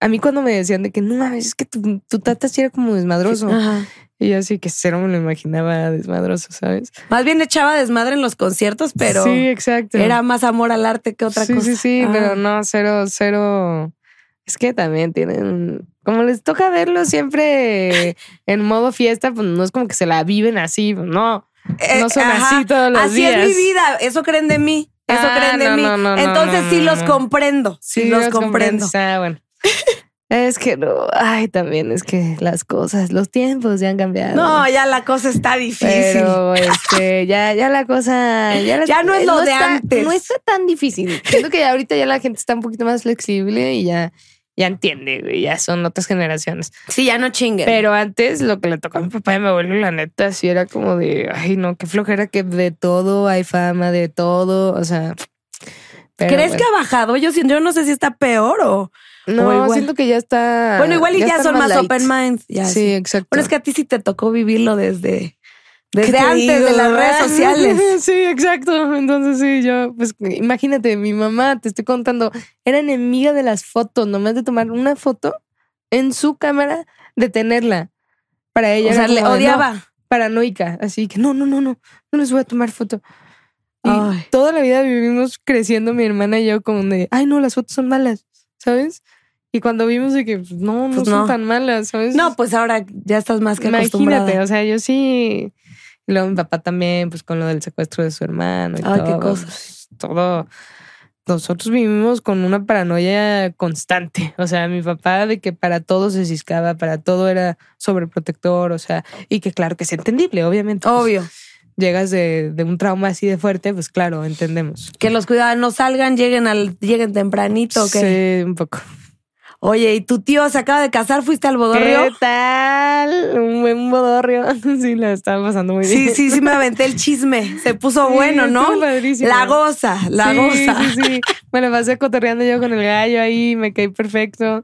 A mí cuando me decían de que no mames, es que tu, tu tata sí era como desmadroso. Ajá. Y yo así que cero me lo imaginaba desmadroso, ¿sabes? Más bien echaba desmadre en los conciertos, pero sí, exacto. era más amor al arte que otra sí, cosa. Sí, sí, Ah. pero no, cero, cero. Es que también tienen. Como les toca verlo siempre en modo fiesta, pues no es como que se la viven así, no. Eh, No son así todos los así días. es mi vida, eso creen de mí. Eso Ah, creen de no, mí. no, no, no, Entonces no, sí no, los no. comprendo. Sí, los, comprendo. comprendes. Ah, bueno. es que no, ay, también es que las cosas, los tiempos ya han cambiado. No, ya la cosa está difícil. Pero este, ya, ya la cosa. Ya, la- Ya no es lo de está- antes. No está tan difícil. Siento que ya ahorita ya la gente está un poquito más flexible y ya, ya entiende, güey, ya son otras generaciones. Sí, ya no chinguen. Pero antes lo que le tocó a mi papá y mi abuelo, la neta, sí era como de, ay, no, qué flojera que de todo hay fama, de todo. O sea. pero ¿Crees bueno. que ha bajado? Yo, siento- yo no sé si está peor o. o No, igual? siento que ya está. bueno, igual y ya, Ah, están son más, light. open minds. Ya, sí, sí. exacto. Bueno, es que a ti sí te tocó vivirlo desde, ¿Qué desde te antes digo, de las redes verdad? sociales. Sí, exacto. Entonces, sí, yo, pues imagínate, mi mamá, te estoy contando, era enemiga de las fotos, nomás de tomar una foto en su cámara, de tenerla. Para ella, o sea, era le como de, "No, odiaba. paranoica, así que no, no, no, no, no les voy a tomar foto. Y Ay. toda la vida vivimos creciendo mi hermana y yo como de, ay no, las fotos son malas, ¿sabes? Y cuando vimos de que pues, no, no Pues son no. tan malas, ¿sabes? No, pues ahora ya estás más que imagínate, acostumbrada. o sea, yo sí. Y luego mi papá también, pues con lo del secuestro de su hermano y Ay, qué todo, cosas. pues, todo. Nosotros vivimos con una paranoia constante. O sea, mi papá de que para todo se ciscaba, para todo era sobreprotector, o sea, y que claro que es entendible, obviamente. pues, Obvio. llegas de, de un trauma así de fuerte, pues claro, entendemos. Que los cuidados no salgan, lleguen al, lleguen tempranito. que Sí, un poco. Oye, ¿y tu tío se acaba de casar? ¿Fuiste al bodorrio? ¿Qué tal? Un buen bodorrio. Sí, la estaba pasando muy bien. Sí, sí, sí me aventé el chisme. Se puso Sí, bueno, ¿no? estuvo padrísimo. La goza, la Sí, goza. Sí, sí. Me la pasé cotorreando yo con el gallo ahí, me caí perfecto.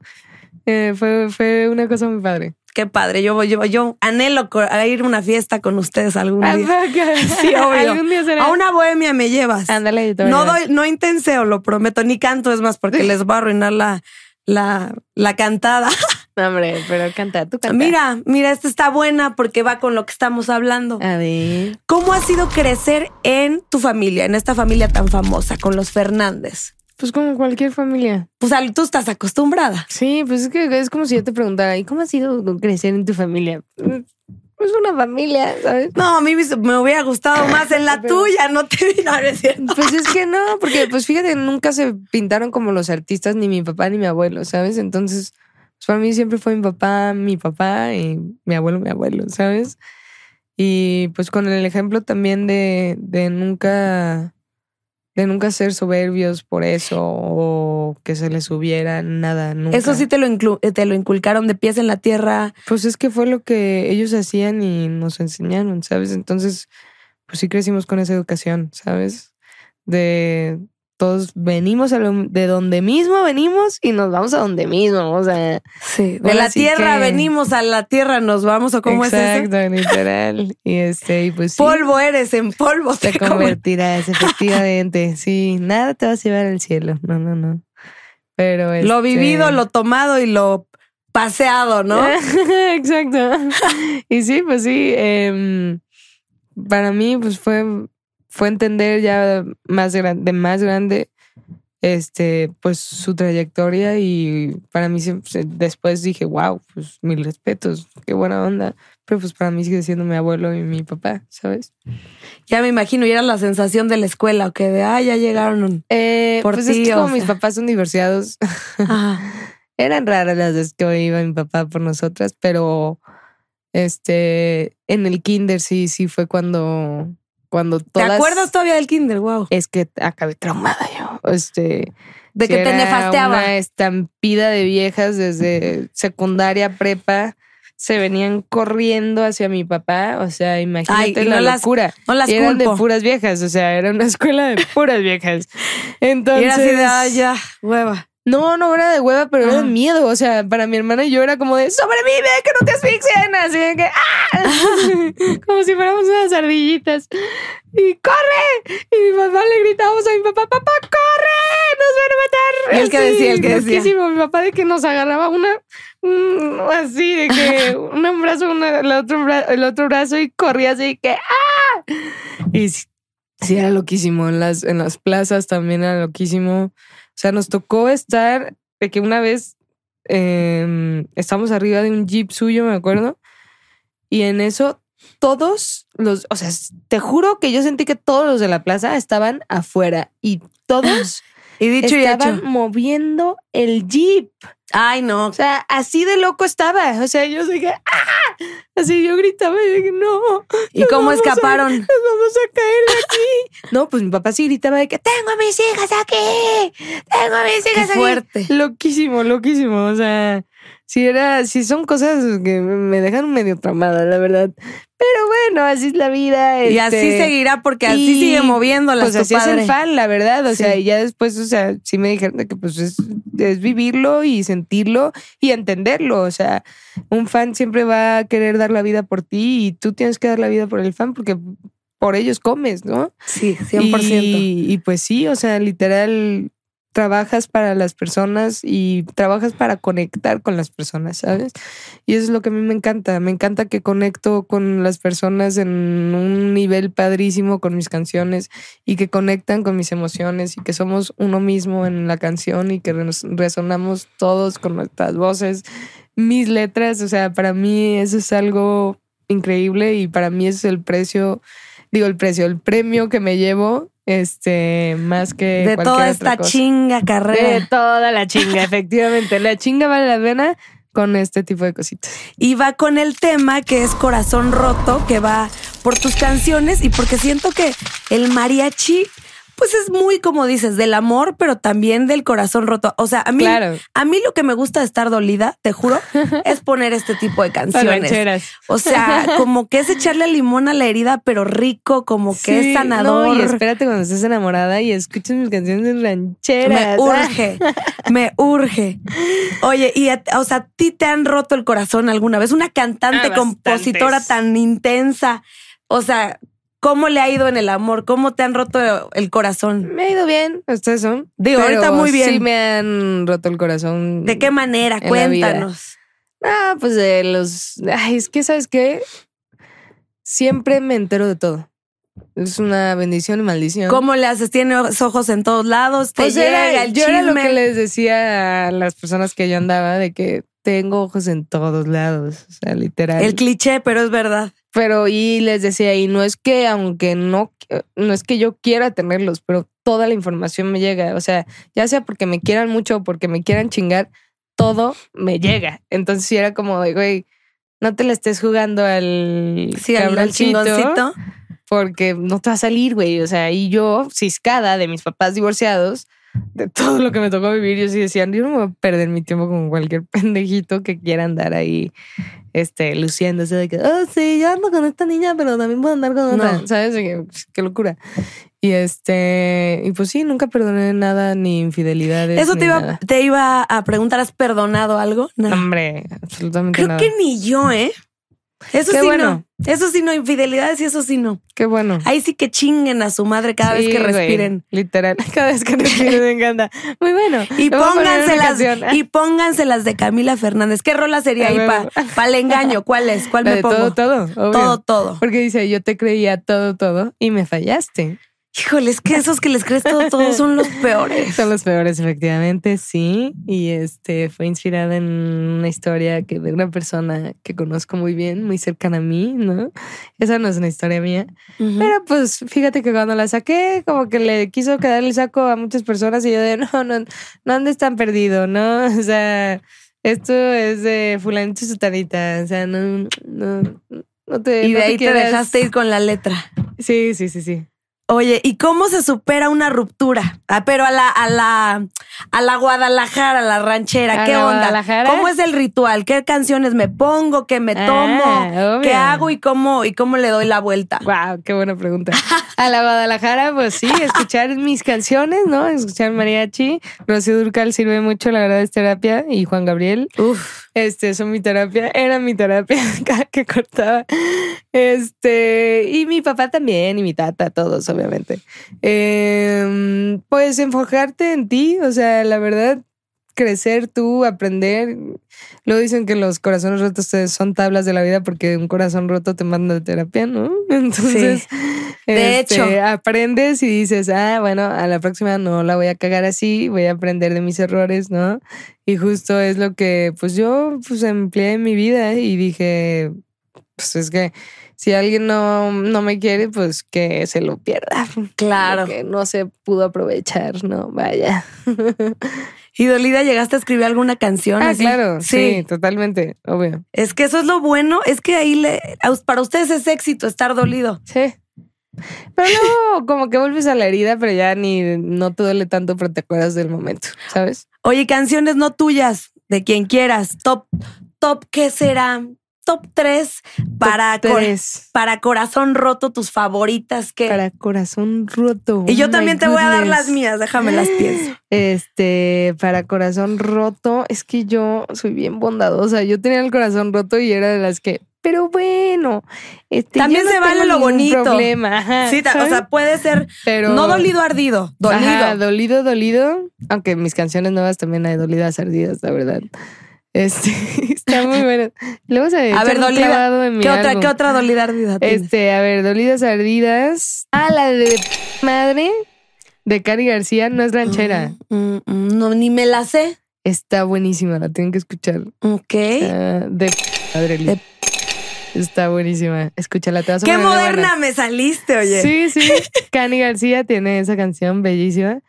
Eh, fue, fue una cosa muy padre. Qué padre. Yo, yo, yo anhelo co- a ir a una fiesta con ustedes algún Ah, día. vaca. Sí, obvio. Algún día será. A una bohemia me llevas. Ándale, yo te voy a No llevar. doy, no intenseo, lo prometo, ni canto, es más, porque les voy a arruinar la, la, la cantada. No, hombre, pero canta, tú canta. Mira, mira, esta está buena porque va con lo que estamos hablando. A ver. ¿Cómo ha sido crecer en tu familia, en esta familia tan famosa, con los Fernández? Pues como cualquier familia. Pues al- tú estás acostumbrada. Sí, pues es que es como si yo te preguntara, ¿y cómo ha sido crecer en tu familia? Pues una familia, ¿sabes? No, a mí me- me hubiera Ah, gustado más en la tuya, no te vi, no, no es cierto. Pues es que no, porque pues fíjate, nunca se pintaron como los artistas, ni mi papá ni mi abuelo, ¿sabes? Entonces, pues para mí siempre fue mi papá, mi papá y mi abuelo, mi abuelo, ¿sabes? Y pues con el ejemplo también de, de nunca, de nunca ser soberbios por eso o que se les subiera nada, nunca. Eso sí te lo, inclu- eh, te lo inculcaron de pies en la tierra. Pues es que fue lo que ellos hacían y nos enseñaron, ¿sabes? Entonces, pues sí crecimos con esa educación, ¿sabes? De todos venimos a lo- de donde mismo venimos y nos vamos a donde mismo, o sea, Sí, de Bueno, la así tierra que- venimos, a la tierra nos vamos, o cómo es eso. exacto, literal. Y este, y pues sí, Polvo eres, en polvo te te conviertes. convertirás efectivamente. Sí, nada te vas a llevar al cielo. No, no, no. Pero Lo este- vivido, lo tomado y lo paseado, ¿no? Eh. Exacto. y sí, pues sí. em, para mí, pues fue, fue entender ya más grande, de más grande, este, pues su trayectoria. Y para mí, siempre- se- después dije, wow, pues mil respetos, qué buena onda. Pero pues para mí sigue siendo mi abuelo y mi papá, ¿sabes? Ya me imagino, y era la sensación de la escuela, o que de, ah, ya llegaron. Eh, Por pues ti, es que o como sea. mis papás son divorciados, Ah, Eran raras las veces que iba mi papá por nosotras, pero este en el kinder sí, sí fue cuando cuando ¿Te todas acuerdas todavía del kinder? Wow. es que acabé traumada yo. Este De sí que te era nefasteaba. Una estampida de viejas desde secundaria, prepa, se venían corriendo hacia mi papá, o sea, imagínate y la no las- locura. No las Y eran de culpo. puras viejas, o sea, era una escuela de puras viejas. Y Entonces era así de, ah, ya, hueva. no, no era de hueva, pero era Ah. de miedo. O sea, para mi hermana y yo era como de sobrevive, que no te asfixien. Así de que, ¡ah! como si fuéramos unas ardillitas. Y corre. Y mi papá le gritábamos a mi papá, papá, corre, nos van a matar. ¿Y el qué Así, decía? ¿El qué decía? loquísimo. Mi papá de que nos agarraba una, un- así, de que un brazo, una, el, otro, bra- el otro brazo y corría así que, ¡ah! Y sí, sí, era loquísimo. En las, en las plazas también era loquísimo. O sea, nos tocó estar de que una vez eh, estamos arriba de un jeep suyo, me acuerdo, y en eso todos los, o sea, s- te juro que yo sentí que todos los de la plaza estaban afuera y todos Y dicho y estaban hecho. moviendo el jeep. Ay, no. O sea, así de loco estaba. O sea, yo dije, ¡ah! Así yo gritaba y dije, no, ¿Y cómo vamos a- escaparon? nos vamos a caer de aquí. No, pues mi papá sí gritaba de que tengo a mis hijas aquí, tengo a mis hijas aquí. fuerte. Loquísimo, loquísimo. O sea, si era, si son cosas que me dejan medio tramada, la verdad. Pero bueno, así es la vida. Y así este, seguirá porque así y, sigue moviéndolas Pues tu así es padre. el fan, la verdad. O Sí. sea, y ya después, o sea, sí me dijeron de que pues es, es vivirlo y sentirlo y entenderlo. O sea, un fan siempre va a querer dar la vida por ti y tú tienes que dar la vida por el fan porque por ellos comes, ¿no? Sí, 100%. Y, y pues sí, o sea, literal, trabajas para las personas y trabajas para conectar con las personas, ¿sabes? Y eso es lo que a mí me encanta. Me encanta que conecto con las personas en un nivel padrísimo con mis canciones y que conectan con mis emociones y que somos uno mismo en la canción y que nos resonamos todos con nuestras voces, mis letras. O sea, para mí eso es algo increíble y para mí es el precio, digo el precio, el premio que me llevo, este, más que de cualquier toda otra esta cosa. chinga De carrera. toda la chinga, efectivamente. La chinga vale la pena con este tipo de cositas. Y va con el tema que es Corazón Roto, que va por tus canciones y porque siento que el mariachi, pues es muy, como dices, del amor, pero también del corazón roto. O sea, a mí, Claro. a mí lo que me gusta de estar dolida, te juro, es poner este tipo de canciones. rancheras. O sea, como que es echarle limón a la herida, pero rico, como que Sí, es sanador. no, y espérate cuando estés enamorada y escuches mis canciones rancheras. Me urge, me urge. Oye, y a- o sea, ¿a ti te han roto el corazón alguna vez? Una cantante, Ah, compositora bastantes. tan intensa. O sea, ¿cómo le ha ido en el amor? ¿Cómo te han roto el Ah, corazón? me ha ido bien. Ustedes son. Digo, ahorita muy bien. Sí me han roto el corazón. ¿De qué manera? En la vida. Cuéntanos. Ah, pues de los. Ay, es que, ¿sabes qué? Siempre me entero de todo. Es una bendición y maldición. ¿Cómo le haces? Tiene ojos en todos lados. Te Pues llega era- el yo era lo chisme. que les decía a las personas que yo andaba de que tengo ojos en todos lados. O sea, literal. El cliché, pero es verdad. Pero y les decía, y no es que aunque no, qui- no es que yo quiera tenerlos, pero toda la información me llega. O sea, ya sea porque me quieran mucho o porque me quieran chingar, todo me llega. Entonces sí era como de, güey, no te la estés jugando al Sí, al- al cabroncito pues chingoncito. porque no te va a salir, güey. O sea, y yo, ciscada de mis papás divorciados, de todo lo que me tocó vivir, yo sí decía, yo no me voy a perder mi tiempo con cualquier pendejito que quiera andar ahí, este, luciéndose de que, oh, sí, yo ando con esta niña, pero también puedo andar con otra, No. ¿sabes? De que, pues, Qué locura. Y este, y pues sí, nunca perdoné nada ni infidelidades. Eso ni te iba, nada. te iba a preguntar, ¿has perdonado algo? No. Hombre, absolutamente Creo nada. que ni yo, ¿eh? Eso Qué sí bueno. no. Eso sí no, infidelidades y eso sí no. Qué bueno. Ahí sí que chinguen a su madre cada Sí, vez que güey, respiren. literal. Cada vez que respiren me encanta. Muy bueno. Y Le voy a poner una pónganselas, canción. y pónganselas de Camila Fernández. ¿Qué rola sería A ahí para huevo. el engaño? ¿Cuál es? ¿Cuál La me de pongo? Todo, todo. obvio. todo, todo. Porque dice, yo te creía todo, todo y me fallaste. Híjole, es que esos que les crees todo, todo son los peores. Son los peores, efectivamente, sí. Y este fue inspirada en una historia que de una persona que conozco muy bien, muy cercana a mí, ¿no? Esa no es una historia mía. Ujú. Pero pues fíjate que cuando la saqué, como que le quiso quedar el saco a muchas personas y yo de no, no, no andes tan perdido, ¿no? O sea, esto es de fulanito y sutanita. O sea, no, no, no te. y no de ahí te quieras- dejaste ir con la letra. Sí, sí, sí, sí. Oye, ¿y cómo se supera una ruptura? Ah, pero a la, a la, a la Guadalajara, a la ranchera, ¿A ¿qué la onda? Guadalajara? ¿Cómo es el ritual? ¿Qué canciones me pongo? ¿Qué me Ah, tomo? ¿Qué obvio. hago y cómo, y cómo le doy la vuelta? Wow, qué buena pregunta. A la Guadalajara, pues sí, escuchar mis canciones, ¿no? Escuchar mariachi. Rocío Durcal sirve mucho, la verdad, es terapia. Y Juan Gabriel, Uf, este, son mi terapia. Era mi terapia cada que cortaba. Este, y mi papá también, y mi tata, todos, obviamente. Em, pues enfocarte en ti, o sea, la verdad, crecer tú, aprender. Luego dicen que los corazones rotos te- son tablas de la vida porque un corazón roto te manda a terapia, ¿no? Entonces, De este, hecho. aprendes y dices, ah, bueno, a la próxima no la voy a cagar así, voy a aprender de mis errores, ¿no? Y justo es lo que, pues yo, pues empleé en mi vida y dije, pues es que si alguien no, no me quiere, pues que se lo pierda. claro. Que no se pudo aprovechar, ¿no? Vaya. ¿Y dolida llegaste a escribir alguna canción? Ah, así? claro, sí, sí. totalmente, obvio. Es que eso es lo bueno, es que ahí le, a us- para ustedes es éxito estar dolido. Sí. Pero luego como que vuelves a la herida, pero ya ni no te duele tanto, pero te acuerdas del momento, ¿sabes? Oye, canciones no tuyas, de quien quieras. Top, top, ¿qué será? Top 3 para, cor- Tres. para corazón roto, tus favoritas. que Para corazón roto. Eh. Y yo Oh también my te voy a dar goodness. las mías, déjame las pienso. Este, para corazón roto, es que yo soy bien bondadosa. Yo tenía el corazón roto y era de las que, pero bueno, este, También yo no se vale tengo lo ningún bonito. Problema. Ajá, Sí, ta- o Ah, ¿sabes? sea, puede ser pero no dolido ardido, dolido. Ajá, dolido, dolido. Aunque en mis canciones nuevas también hay dolidas ardidas, la verdad. Este, está muy bueno. Luego se a ver, dolida. ¿Qué otra, ¿Qué otra dolida ardida tienes? Este, a ver, dolidas ardidas. Ah, la de madre de Cari García no es ranchera. Mm, mm, no, ni me la sé. Está buenísima, la tienen que escuchar. Ok. Ah, de madre. Liz. Eh. De- Está buenísima. Escúchala, te vas a Qué poner de buenas. moderna me saliste, oye. Sí, sí. Cani García tiene esa canción bellísima.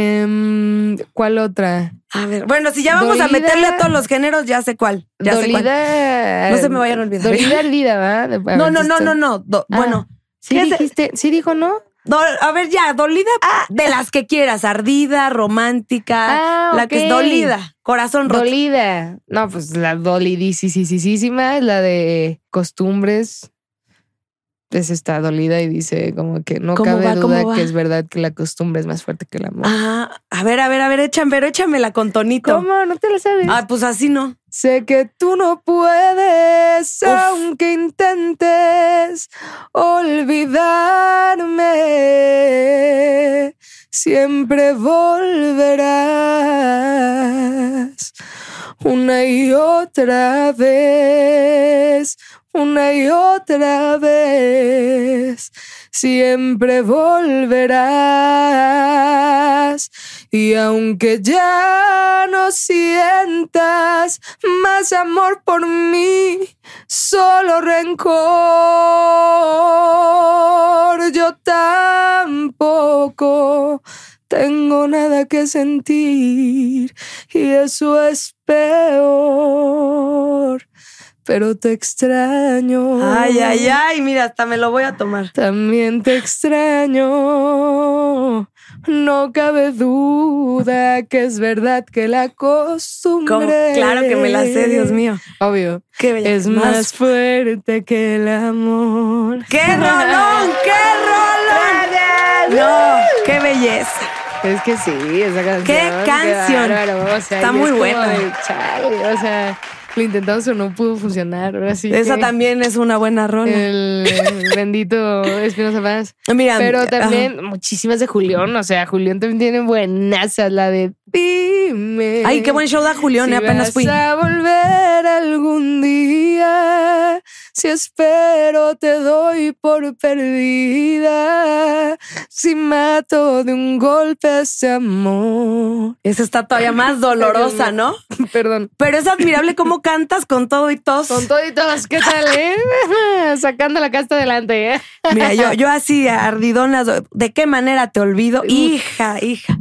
Em, ¿Cuál otra? A ver, bueno, si ya vamos a Dolida- meterle a todos los géneros, ya sé cuál. Ya sé cuál. Dolida. No se me vayan a olvidar. Dolida ardida, ¿va? De- a No, ver, no, no, esto- no, no. do- Ah. Bueno, Sí, fíjate- dijiste, sí dijo, ¿no? do- a ver, ya, dolida de las que quieras, ardida, romántica, Ah, la que es ok. dolida, corazón roto. Dolida. No, pues la dolidísima es la de costumbres. Es está dolida y dice como que no ¿Cómo cabe va? ¿Cómo duda va? que es verdad que la costumbre es más fuerte que el amor. Ah, a ver, a ver, a ver, échame, pero échamela con tonito. ¿Cómo? ¿No te lo sabes? Ah, pues así no. Sé que tú no puedes, Uf. aunque intentes olvidarme, siempre volverás. una y otra vez, una y otra vez. Siempre volverás y aunque ya no sientas más amor por mí, solo rencor, yo tampoco. Tengo nada que sentir y eso es peor, pero te extraño. Ay, ay, ay, mira, hasta me lo voy a tomar. También te extraño. No cabe duda que es verdad que la costumbre. ¿Cómo? Claro que me la sé, Dios mío. Obvio. Qué bella. Es más fuerte que el amor. ¡Qué rolón! ¡Qué rolón! No, qué belleza. Es que sí, esa canción. canción! bárbaro, o sea, Está y muy es como buena. de, chale, o sea, lo intentamos pero no pudo funcionar. Ahora sí. Eh, Esa que también es una buena rola. El bendito Espinosa Paz. Mira, Pero ajá. también muchísimas de Julián. O sea, Julián también tiene buenazas. La de Dime. Ay, qué buen show da Julián, si eh, apenas vas fui. a volver algún día. Si espero, te doy por perdida. Si mato de un golpe ese amor. Esa está todavía más dolorosa, ¿no? Perdón. Pero es admirable cómo cantas con todo y tos. Con todo y todas, ¿qué tal, eh? Sacando la casta adelante, eh. Mira, yo, yo así ardidona, ¿de qué manera te olvido? Uf. Hija, hija.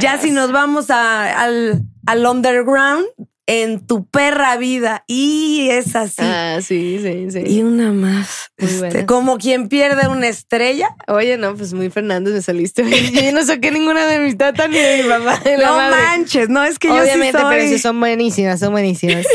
Ya si nos vamos a- al, al underground, en tu perra vida. Y es así. Ah, sí, sí, sí. Y una más. Muy Este, buena. como quien pierde una estrella. Oye, no, pues muy Fernández me saliste. Yo no saqué ninguna de mi tata ni de mi papá. de la No madre. manches, no, es que yo sí Obviamente, soy. pero sí son buenísimas, son buenísimas.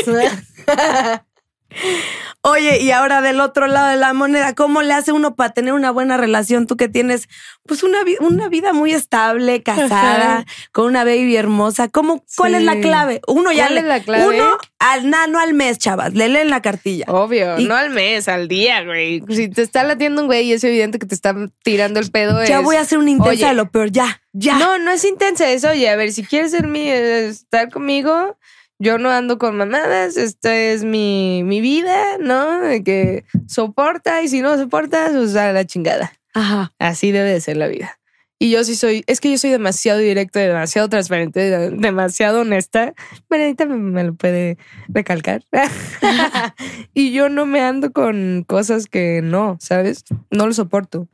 Oye, y ahora del otro lado de la moneda, ¿cómo le hace uno para tener una buena relación? Tú que tienes pues una, vi- una vida muy estable, casada, Ajá. con una baby hermosa, ¿cómo, ¿cuál es la Sí. clave? Uno ya ¿Cuál le, es la clave? Oh, uno al nano al mes, chavas, le leen la cartilla. Obvio, Y- no al mes, al día, güey. Si te está latiendo un güey y es evidente que te está tirando el pedo. ya es, voy a hacer una intensa pues, oye, de lo peor, ya, ya. No, no es intensa eso. Oye, a ver, si quieres ser mi, eh, estar conmigo, yo no ando con mamadas. Esta es mi, mi vida, ¿no? De que soporta y si no soportas, pues a la chingada. Ajá. Así debe de ser la vida. Y yo sí soy, es que yo soy demasiado directa, demasiado transparente, de- demasiado honesta. Marianita me, me lo puede recalcar. y yo no me ando con cosas que no, ¿sabes? No lo soporto.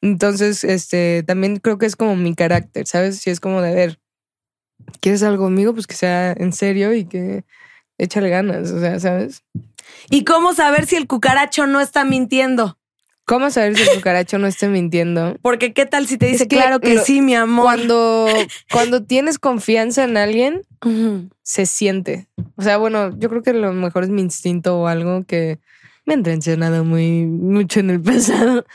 Entonces, este, también creo que es como mi carácter, ¿sabes? Si es como de, a ver, ¿quieres algo conmigo? Pues que sea en serio y que échale ganas, o sea, ¿sabes? ¿Y cómo saber si el cucaracho no está mintiendo? ¿Cómo saber si el cucaracho no esté mintiendo? Porque qué tal si te dice, que claro que lo- sí, mi amor. Cuando, cuando tienes confianza en alguien, Ujú. se siente. O sea, bueno, yo creo que lo mejor es mi instinto o algo que me ha entrenado muy mucho en el pasado.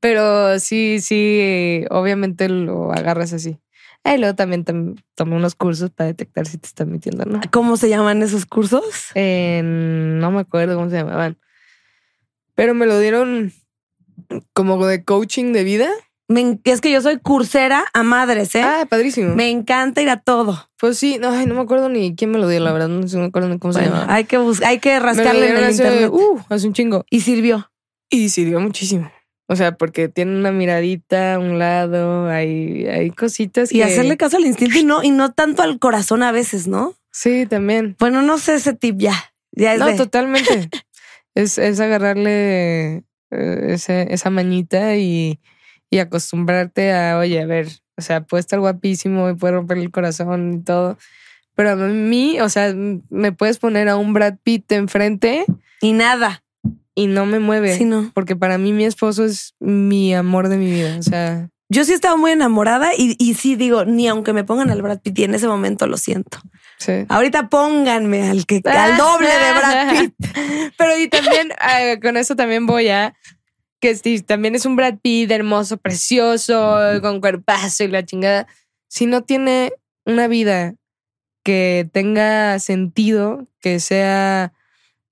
Pero sí, sí, eh, obviamente lo agarras así. Ah, Y luego también tam- tomé unos cursos para detectar si te están mintiendo o no. ¿Cómo se llaman esos cursos? Eh, no me acuerdo cómo se llamaban. Pero me lo dieron como de coaching de vida. Me en- es que yo soy cursera a madres, ¿eh? Ah, padrísimo. Me encanta ir a todo. Pues sí, no, ay, no me acuerdo ni quién me lo dio, la verdad. No, sé, no me acuerdo ni cómo se Bueno, llamaba. hay que bus- hay que Me lo rascarle en el dieron hace, internet. uh, hace un chingo. y sirvió. Y sirvió muchísimo. O sea, porque tiene una miradita a un lado, hay, hay cositas. Y que- hacerle caso al instinto y no, y no tanto al corazón a veces, ¿no? Sí, también. Bueno, no sé ese tip ya. Ya es No, de- totalmente. es, es agarrarle eh, ese- esa mañita y, y acostumbrarte a, oye, a ver, o sea, puede estar guapísimo y puede romper el corazón y todo. Pero a mí, o sea, me puedes poner a un Brad Pitt enfrente y nada. y no me mueve. Sí, no. Porque para mí mi esposo es mi amor de mi vida. O sea, Yo sí estaba muy enamorada y, y sí digo, ni aunque me pongan al Brad Pitt, y en ese momento lo siento. sí. Ahorita pónganme al que Ah, al doble de Brad Pitt. Pero y también eh, con eso también voy a que si también es un Brad Pitt hermoso, precioso, con cuerpazo y la chingada. Si no tiene una vida que tenga sentido, que sea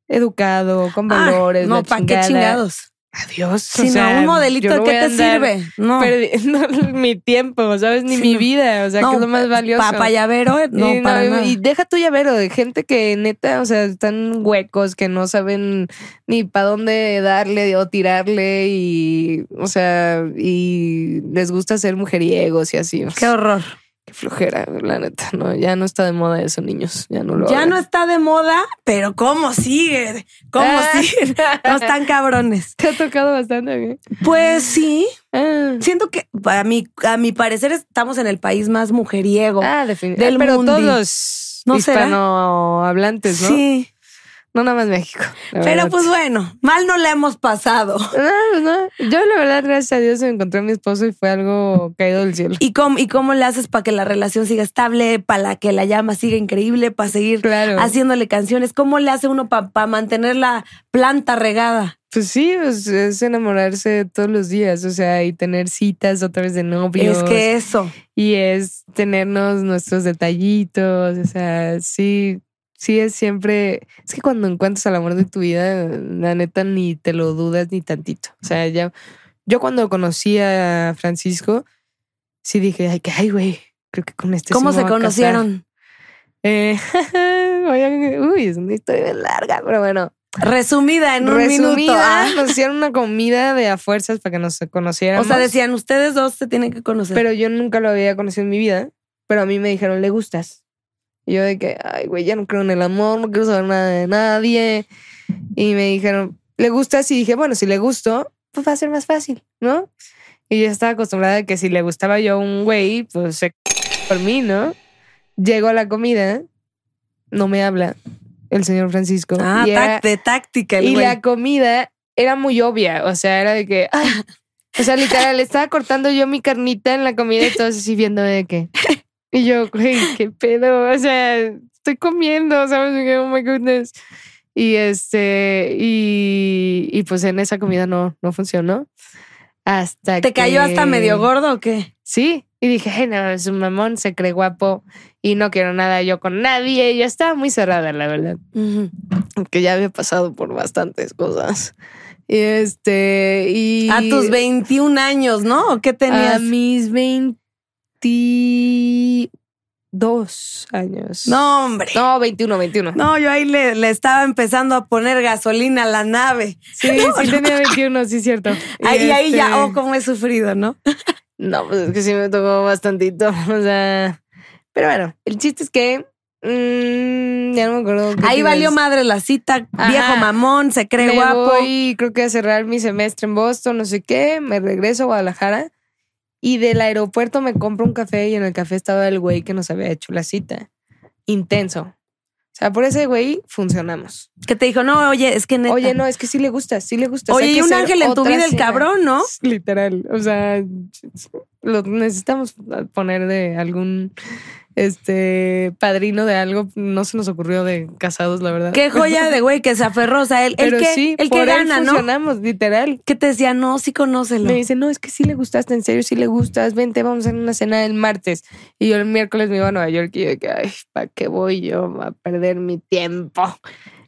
educado, con Ah, valores, no, Ah, la ¿para qué chingada, chingados? adiós. Sino un modelito, ¿qué te sirve? No. No. Perdiendo mi tiempo, ¿sabes? Ni Sí, mi no. vida, o sea, no, que es lo más valioso. Papá llavero, eh, no, y, no, para y- nada. y deja tu llavero de gente que neta, o sea, están huecos, que no saben ni para dónde darle o tirarle y, o sea, y les gusta ser mujeriegos y así. o Qué sea, horror. qué flojera, la neta. No, ya no está de moda eso, niños. Ya no lo Ya hagan. no está de moda, pero ¿cómo sigue? ¿Cómo Ah. sigue? No están cabrones. Te ha tocado bastante bien. Pues sí, Ah. siento que a mi, a mi parecer estamos en el país más mujeriego. Ah, definitivamente. Del pero mundi. todos los ¿No será? hispanohablantes, ¿no? Sí, No nada más México. la pero verdad. pues bueno, mal no la hemos pasado. No, pues, no. Yo la verdad, gracias a Dios, encontré a mi esposo y fue algo caído del cielo. ¿Y cómo, ¿Y cómo le haces para que la relación siga estable, para que la llama siga increíble, para seguir Claro. haciéndole canciones? ¿Cómo le hace uno para mantener la planta regada? Pues sí, pues, es enamorarse todos los días, o sea, y tener citas otra vez de novios. Es que eso. Y es tenernos nuestros detallitos, o sea, sí, sí es siempre... Es que cuando encuentras al amor de tu vida, la neta ni te lo dudas ni tantito. O sea, ya... Yo cuando conocí a Francisco, sí dije, ay, que, ay, güey, creo que con este sí ¿Cómo me se voy a casar". conocieron? Eh, voy a- uy, es una historia bien larga, pero bueno. Resumida en un minuto. Resumida, ah. nos hicieron una comida de a fuerzas para que nos O conociéramos. sea, decían, ustedes dos se tienen que conocer. pero yo nunca lo había conocido en mi vida. Pero a mí me dijeron, ¿le gustas? Y yo de que, ay, güey, ya no creo en el amor, no quiero saber nada de nadie. Y me dijeron, ¿le gustas? Y dije, bueno, si le gusto, pues va a ser más fácil, ¿no? Y yo estaba acostumbrada a que si le gustaba yo a un güey, pues se c- por mí, ¿no? Llego a la comida, no me habla el señor Francisco. ah, Y era- tac- de táctica el y güey. la comida era muy obvia, o sea, era de que, ay, o sea, literal, estaba cortando yo mi carnita en la comida y todos así viendo de qué. Y yo, güey, qué pedo, o sea, estoy comiendo, ¿sabes? Y yo, Oh my goodness. Y este, y, y pues en esa comida no, no funcionó. Hasta ¿Te cayó que- hasta medio gordo o qué? Sí. Y dije, ay, no, es un mamón, se cree guapo y no quiero nada yo con nadie. Y yo estaba muy cerrada, la verdad que ya había pasado por bastantes cosas. Y este, y. A tus 21 años, ¿no? ¿O qué A tenías? mis 22 años. No, hombre. No, 21, 21. No, yo ahí le, le estaba empezando a poner gasolina a la nave. Sí, sí tenía 21, sí, cierto. Y Ahí, ahí ya, oh, este, cómo he sufrido, ¿no? No, pues es que sí me tocó bastantito. O sea. Pero bueno, el chiste es que. mm, ya no me acuerdo. qué te Ahí iba a valió decir. madre la cita, Ajá. viejo mamón, se cree me guapo. voy, creo que a cerrar mi semestre en Boston, no sé qué, me regreso a Guadalajara y del aeropuerto me compro un café y en el café estaba el güey que nos había hecho la cita. Intenso. O sea, por ese güey funcionamos. Que te dijo, no, oye, es que neta. Oye, no, es que sí le gusta, sí le gusta. Oye, y un ángel en tu vida, el cabrón, ¿no? Literal. O sea, lo necesitamos poner de algún este padrino de algo. No se nos ocurrió de casados, la verdad. Qué joya de güey que se aferró, o sea, él, el Pero que, sí, el que por él gana, ¿no? funcionamos, literal. Que te decía, no, sí, conócelo. Me dice, no, es que sí le gustaste, en serio, sí le gustas, vente, vamos a hacer una cena el martes. Y yo el miércoles me iba a Nueva York y yo de que, ay, ¿para qué voy yo a perder mi tiempo?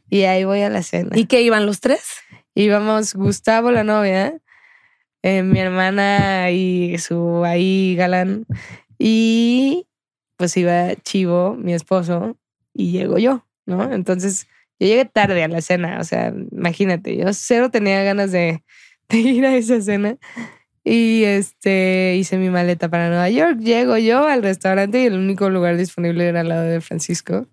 Y ahí voy a la cena. ¿Y qué iban los tres? Íbamos Gustavo, la novia, eh, mi hermana y su ahí galán. Y pues iba Chivo, mi esposo, y llego yo, ¿no? Entonces yo llegué tarde a la cena, o sea, imagínate, yo cero tenía ganas de, de ir a esa cena. Y este, hice mi maleta para Nueva York, llego yo al restaurante y el único lugar disponible era al lado de Francisco.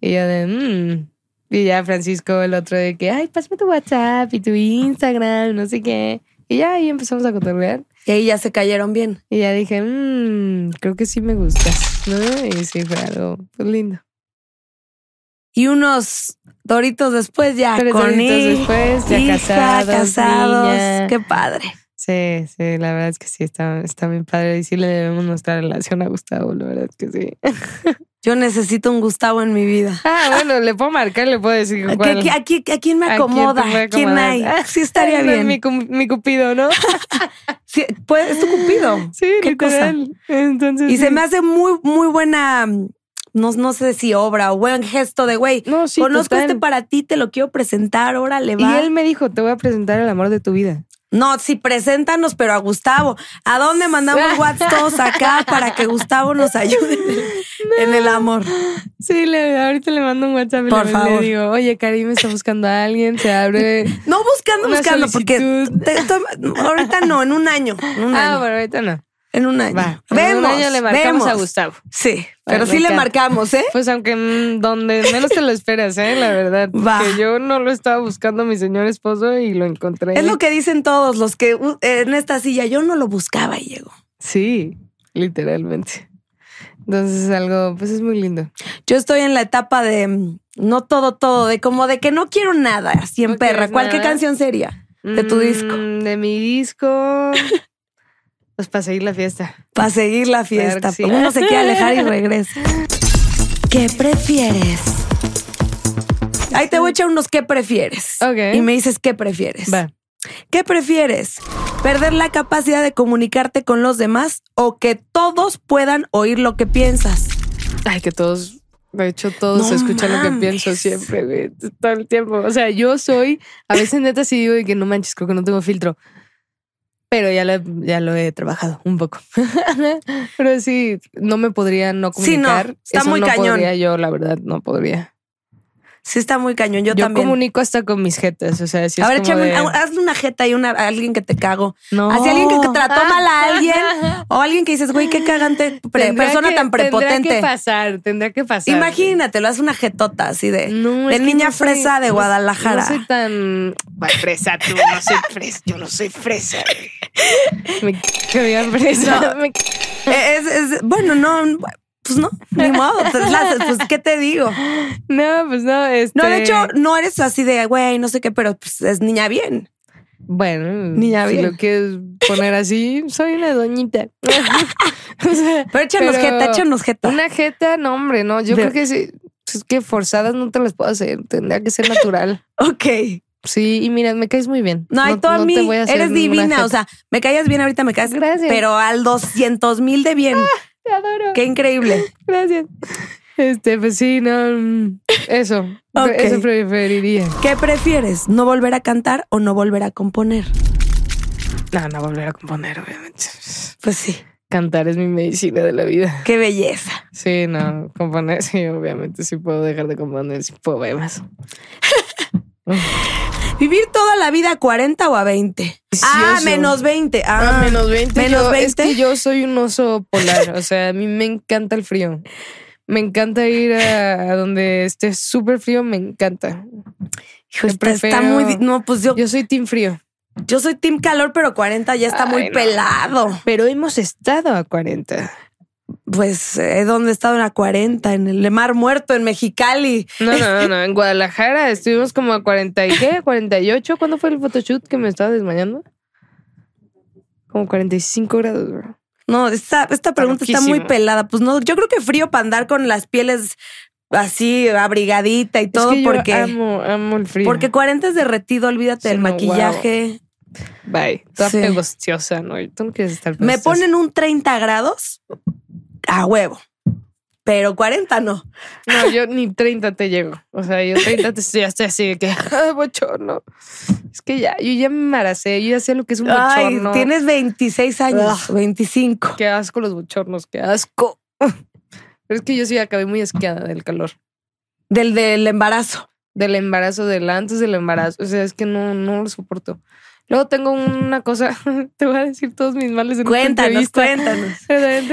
Y yo de, "Mm". Y ya Francisco, el otro de que, ay, pásame tu WhatsApp y tu Instagram, no sé qué. Y ya ahí empezamos a cotorrear. Y ahí ya se cayeron bien. Y ya dije, "Mm, creo que sí me gustas, ¿no? Y sí, fue algo pues, lindo. Y unos doritos después ya Tres Ah, con añitos hij- después, ya hija, casados, niña. Qué padre. Sí, sí, la verdad es que sí, está, está bien padre. Y sí le debemos nuestra relación a Gustavo, la verdad es que sí. Yo necesito un Gustavo en mi vida. Ah, bueno, le puedo marcar, le puedo decir ¿A, cuál. qué- a qué- a quién me ¿A quién te acomoda? puede ¿Quién, acomodar? hay? Ah, Sí, estaría no, bien. Mi, cum- mi cupido, ¿no? Sí, pues, es tu cupido. Sí, ¿Qué cosa? literal. Entonces, Y se sí. me hace muy, muy buena mm, no, no sé si obra o buen gesto de, güey, No, sí, conozco total. este para ti, te lo quiero presentar, órale, Y va. él me dijo, te voy a presentar el amor de tu vida. No, sí, preséntanos, pero a Gustavo. ¿A dónde mandamos WhatsApp todos acá para que Gustavo nos ayude en el, en el amor? Sí, le, ahorita le mando un WhatsApp y Por le, favor. le digo, oye, Karim está buscando a alguien, se abre. No buscando, Una buscando, solicitud. porque te estoy- ahorita no, en un año. En un ah, año. bueno, ahorita no. En un año. Va. Vemos. En un año le marcamos vemos. a Gustavo. Sí, pero me sí le encanta. marcamos, ¿eh? Pues aunque mm, donde menos te lo esperas, ¿eh? La verdad. Va. Que yo no lo estaba buscando a mi señor esposo y lo encontré. Es lo que dicen todos los que uh, en esta silla yo no lo buscaba y llegó. Sí, literalmente. Entonces es algo, pues es muy lindo. Yo estoy en la etapa de mm, no todo, todo, de como de que no quiero nada, así en No perra. quieres ¿Cuál qué nada. canción sería? De tu disco. Mm, De mi disco. pues para seguir la fiesta. Para seguir la fiesta. Claro que sí. Uno se quiere alejar y regresa. ¿Qué prefieres? Ahí te voy a echar unos qué prefieres. Ok. Y me dices qué prefieres. Va. ¿Qué prefieres? ¿Perder la capacidad de comunicarte con los demás o que todos puedan oír lo que piensas? Ay, que todos, de hecho, todos No escuchan lo que mames. pienso siempre, güey, todo el tiempo. O sea, yo soy, a veces neta sí digo de que no manches, creo que no tengo filtro. Pero ya lo, he- ya lo he trabajado un poco. Pero sí, no me podría no Sí, no, comunicar. está Eso muy no cañón. podría yo, la verdad, no podría. Sí, está muy cañón. Yo, Yo también. comunico hasta con mis jetas. O sea, si a ver, es como échame de, un- hazle una jeta y una, a alguien que te cago. no. Ah. Así alguien que trató mal a alguien o alguien que dices, güey, qué cagante pre- Tendría persona que- tan Tendría que prepotente. pasar, tendría que pasar. Imagínatelo, haz una jetota así de, No, de es que niña no soy- fresa de no- Guadalajara. No soy tan. Ay, fresa, tú no soy fresa. Yo no soy fresa. güey. Me c- que me digan fresa. Me c- Eh, es- es- bueno, no, pues no, ni modo. pues, las- pues, ¿qué te digo? No, pues no. Este... No, de hecho, no eres así de, güey, no sé qué, pero pues, es niña bien. Bueno, Niña si bien. lo quieres poner así, soy una doñita. O sea, Pero échanos pero jeta, échanos jeta. Una jeta, no, hombre, no. Yo Pero- creo que sí. Es que forzadas no te las puedo hacer. Tendría que ser natural. Ok. Sí, y mira, me caes muy bien. No, hay todo a no mí. te voy a hacer Eres ninguna divina. O jeta. sea, me callas bien ahorita, me callas. Gracias. Pero al 200 mil de bien. Te adoro. Qué increíble. Gracias. Este, pues sí, no. mm, Eso. Ok. Eso preferiría. ¿Qué prefieres? ¿No volver a cantar o no volver a componer? No, no volver a componer, obviamente. Pues sí. Cantar es mi medicina de la vida. Qué belleza. Sí, no, componer, sí, obviamente sí puedo dejar de componer sin problemas. ¿Vivir toda la vida a 40 o a 20? Ah, Precioso. menos 20. Ah, Ah, menos 20. Menos yo- Es 20. que yo soy un oso polar. O sea, a mí me encanta el frío. Me encanta ir a, a donde esté súper frío, me encanta. Hijo, Yo está, está prefiero- muy. di- No, pues yo, Yo soy team frío. yo soy team calor, pero 40 ya está muy Ay, no. pelado. Pero hemos estado a 40. Pues, eh, ¿dónde he estado en la 40? En el Mar Muerto, en Mexicali. No, no, no, en Guadalajara estuvimos como a 40 y qué, 48. ¿Cuándo fue el photoshoot que me estaba desmayando? Como 45 grados, bro. No, esta, esta pregunta está muy loquísimo. pelada. Pues no, yo creo que frío para andar con las pieles así abrigadita y todo, es que yo porque, amo, amo el frío. porque 40 es derretido, olvídate Sí, del no, maquillaje. Bye. Toda Sí. pegostiosa, ¿no? Y Tú no quieres estar Me pegostosa. ponen un 30 grados a huevo, pero 40 no. No, yo ni 30 te llego. O sea, yo 30 te estoy hasta así de que, ah, bochorno. Es que ya, yo ya me embaracé, yo ya sé lo que es un Ay, bochorno. tienes 26 años, 25. Qué asco los bochornos, qué asco. Pero es que yo sí acabé muy asqueada del calor. Del, del embarazo. del embarazo, del antes del embarazo. O sea, es que no, no lo soporto. Luego tengo una cosa, te voy a decir todos mis males en esta Cuéntanos, entrevista. cuéntanos. O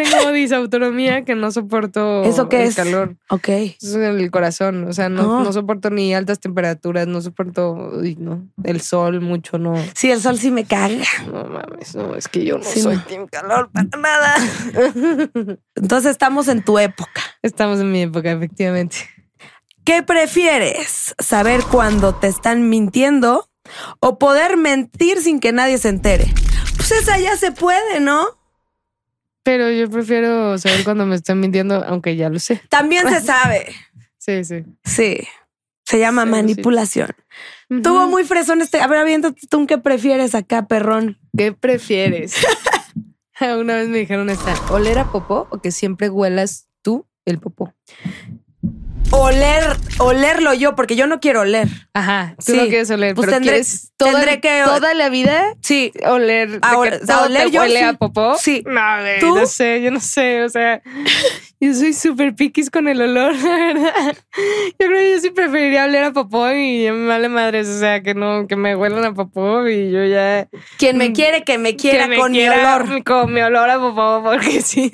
sea, Tengo disautonomía que no soporto ¿Eso qué el es? calor. Ok. Es el corazón. O sea, no, Ah. no soporto ni altas temperaturas, no soporto uy, no, el sol mucho, no. Sí, el sol sí me caga. No mames, no, es que yo no Sí, soy no. team calor para nada. Entonces estamos en tu época. Estamos en mi época, efectivamente. ¿Qué prefieres? ¿Saber cuándo te están mintiendo o poder mentir sin que nadie se entere? Pues esa ya se puede, ¿no? Pero yo prefiero saber cuando me están mintiendo, aunque ya lo sé. También se sabe. Sí, sí. Sí. Se llama Sí, sí. manipulación. Ujú. Tuvo muy fresón este. A ver, aviéntate tú un qué prefieres acá, perrón. ¿Qué prefieres? Una vez me dijeron esta, ¿oler a popó o que siempre huelas tú el popó. Oler, olerlo yo, porque yo no quiero oler. Ajá, tú Sí. no quieres oler, Pues pero tendré- quieres toda, tendré que- toda la vida Sí. oler. de A que ol- a todo oler te yo huele sí. a popó. Sí. No, güey, ¿Tú? no sé, yo no sé, o sea, yo soy súper piquis con el olor, la verdad. Yo creo que yo sí preferiría oler a popó y ya me vale madres, o sea, que no, que me huelan a popó y yo ya... Quien me Mm. quiere, que me que quiera me con quiera mi olor. Con mi olor a popó, porque sí.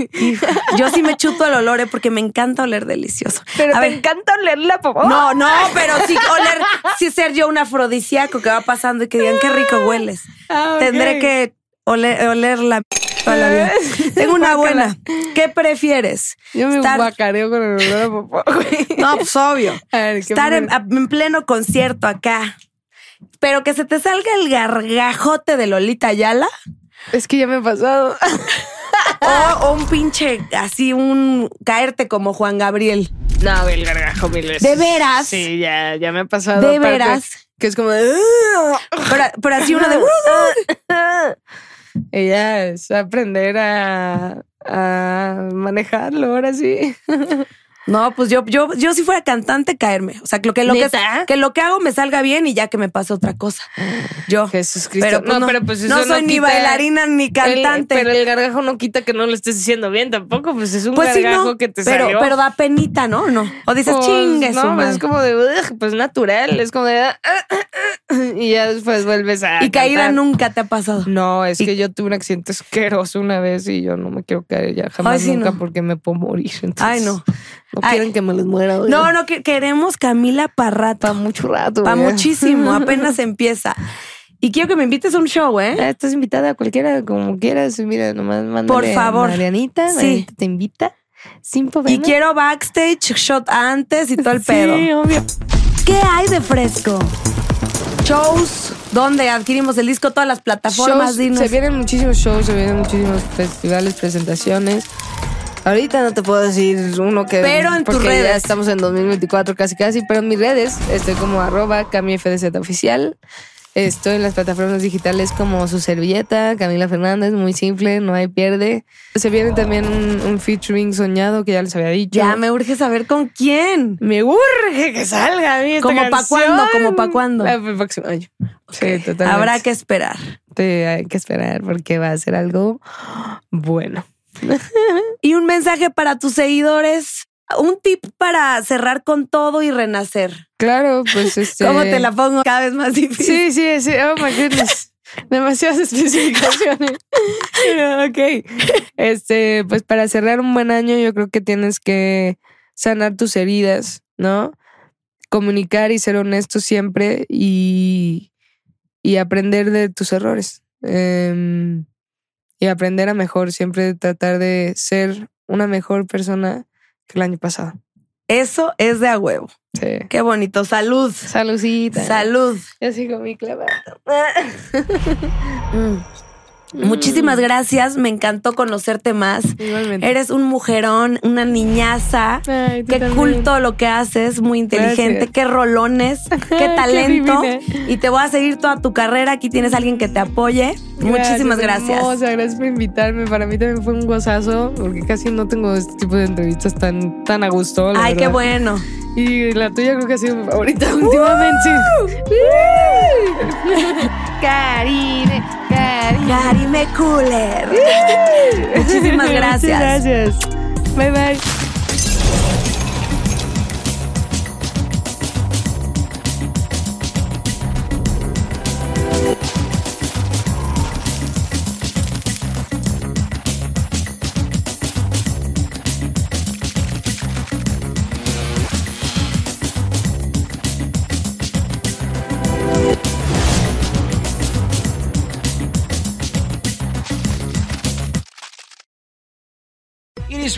Yo sí me chuto el olor, ¿eh? porque me encanta oler delicioso. Pero a te ver. encanta olerle a popó. No, no, pero sí oler, sí ser yo un afrodisíaco que va pasando y que digan qué rico hueles. Ah, ok. Tendré que oler, oler la toda la vida. Tengo una buena. ¿Qué prefieres? Yo me Estar- guacareo con el olor a popó, güey. No, pues obvio. A ver, ¿qué Estar en, prefieres? en pleno concierto acá. Pero que se te salga el gargajote de Lolita Ayala Es que ya me ha pasado. o, o un pinche así un caerte como Juan Gabriel. No, güey, el gargajo mil veces. ¿De veras? Sí, ya, ya me ha pasado. ¿De aparte, veras? Que es como de... Pero, pero así uno de Ella es aprender a, a manejarlo, ahora sí. No, pues yo, yo, yo si fuera cantante, caerme. O sea, que lo que, lo que, ¿Neta? que lo que hago me salga bien y ya que me pase otra cosa. Yo. Jesús Cristo. Pero, pues, no, no, pero pues eso no soy ni quita- bailarina ni cantante. El- pero el gargajo no quita que no lo estés diciendo bien tampoco, pues es un pues sí, gargajo no. que te pero, salió. pero da penita, ¿no? No. O dices, Pues, chingue su No, pues madre". es como de, "Ugh", pues natural, es como de... "Ah, ah, ah", y ya después vuelves a Y caída cantar. nunca te ha pasado. No, es Y- que yo tuve un accidente asqueroso una vez y yo no me quiero caer ya jamás Ay, sí, nunca no. porque me puedo morir. entonces, Ay, no. No Ay. quieren que me les muera. oigan. No, no, que- queremos Camila Parrata. Pa' mucho rato. Pa' güey. muchísimo, apenas empieza. Y quiero que me invites a un show, ¿eh? Ah, Estás invitada a cualquiera, como quieras. Mira, nomás mándale Por favor. a Marianita, Sí. Marianita te invita. Sin Y problema. quiero backstage, shot antes y todo el Sí, pedo. obvio. ¿Qué hay de fresco? Shows, donde adquirimos el disco, todas las plataformas, Shows, dinos. se vienen muchísimos shows, se vienen muchísimos festivales, presentaciones. Ahorita no te puedo decir uno que... Pero en tus porque ya redes. estamos en 2024 casi casi, pero en mis redes estoy como arroba CamiFDZ oficial. Estoy en las plataformas digitales como su servilleta, Camila Fernández, muy simple, no hay pierde. Se viene también un, un featuring soñado que ya les había dicho. Ya me urge saber con quién. Me urge que salga a mí esta ¿Como pa' canción. cuándo? ¿Como pa' cuándo? Ah, el próximo año. Sí, totalmente. Habrá que esperar. Te- hay que esperar porque va a ser algo bueno. Y un mensaje para tus seguidores, un tip para cerrar con todo y renacer. Claro, pues este. ¿Cómo te la pongo cada vez más difícil? Sí, sí, sí. Oh my goodness. Demasiadas especificaciones. Pero, ok. Este, pues para cerrar un buen año, yo creo que tienes que sanar tus heridas, ¿no? Comunicar y ser honesto siempre y, y aprender de tus errores. Em, y aprender a mejor, siempre tratar de ser una mejor persona que el año pasado. Eso es de a huevo. Sí. Qué bonito. Salud. Saludcita. Salud. Yo sigo mi clavado. Mm. Mm. Muchísimas gracias. Me encantó conocerte más. Igualmente. Eres un mujerón, una niñaza. Ay, tú Qué también. cool todo lo que haces, muy inteligente, Gracias. qué rolones, qué Qué talento. divina. y te voy a seguir toda tu carrera. Aquí tienes a alguien que te apoye. Muchísimas gracias. hermosa, gracias por invitarme. Para mí también fue un gozazo, porque casi no tengo este tipo de entrevistas tan, tan a gusto. la Ay, qué verdad. bueno. Y la tuya creo que ha sido mi favorita últimamente. ¡Uh! Karine, Karine. Karime Cooler. Muchísimas gracias. Muchas gracias. Bye bye. It is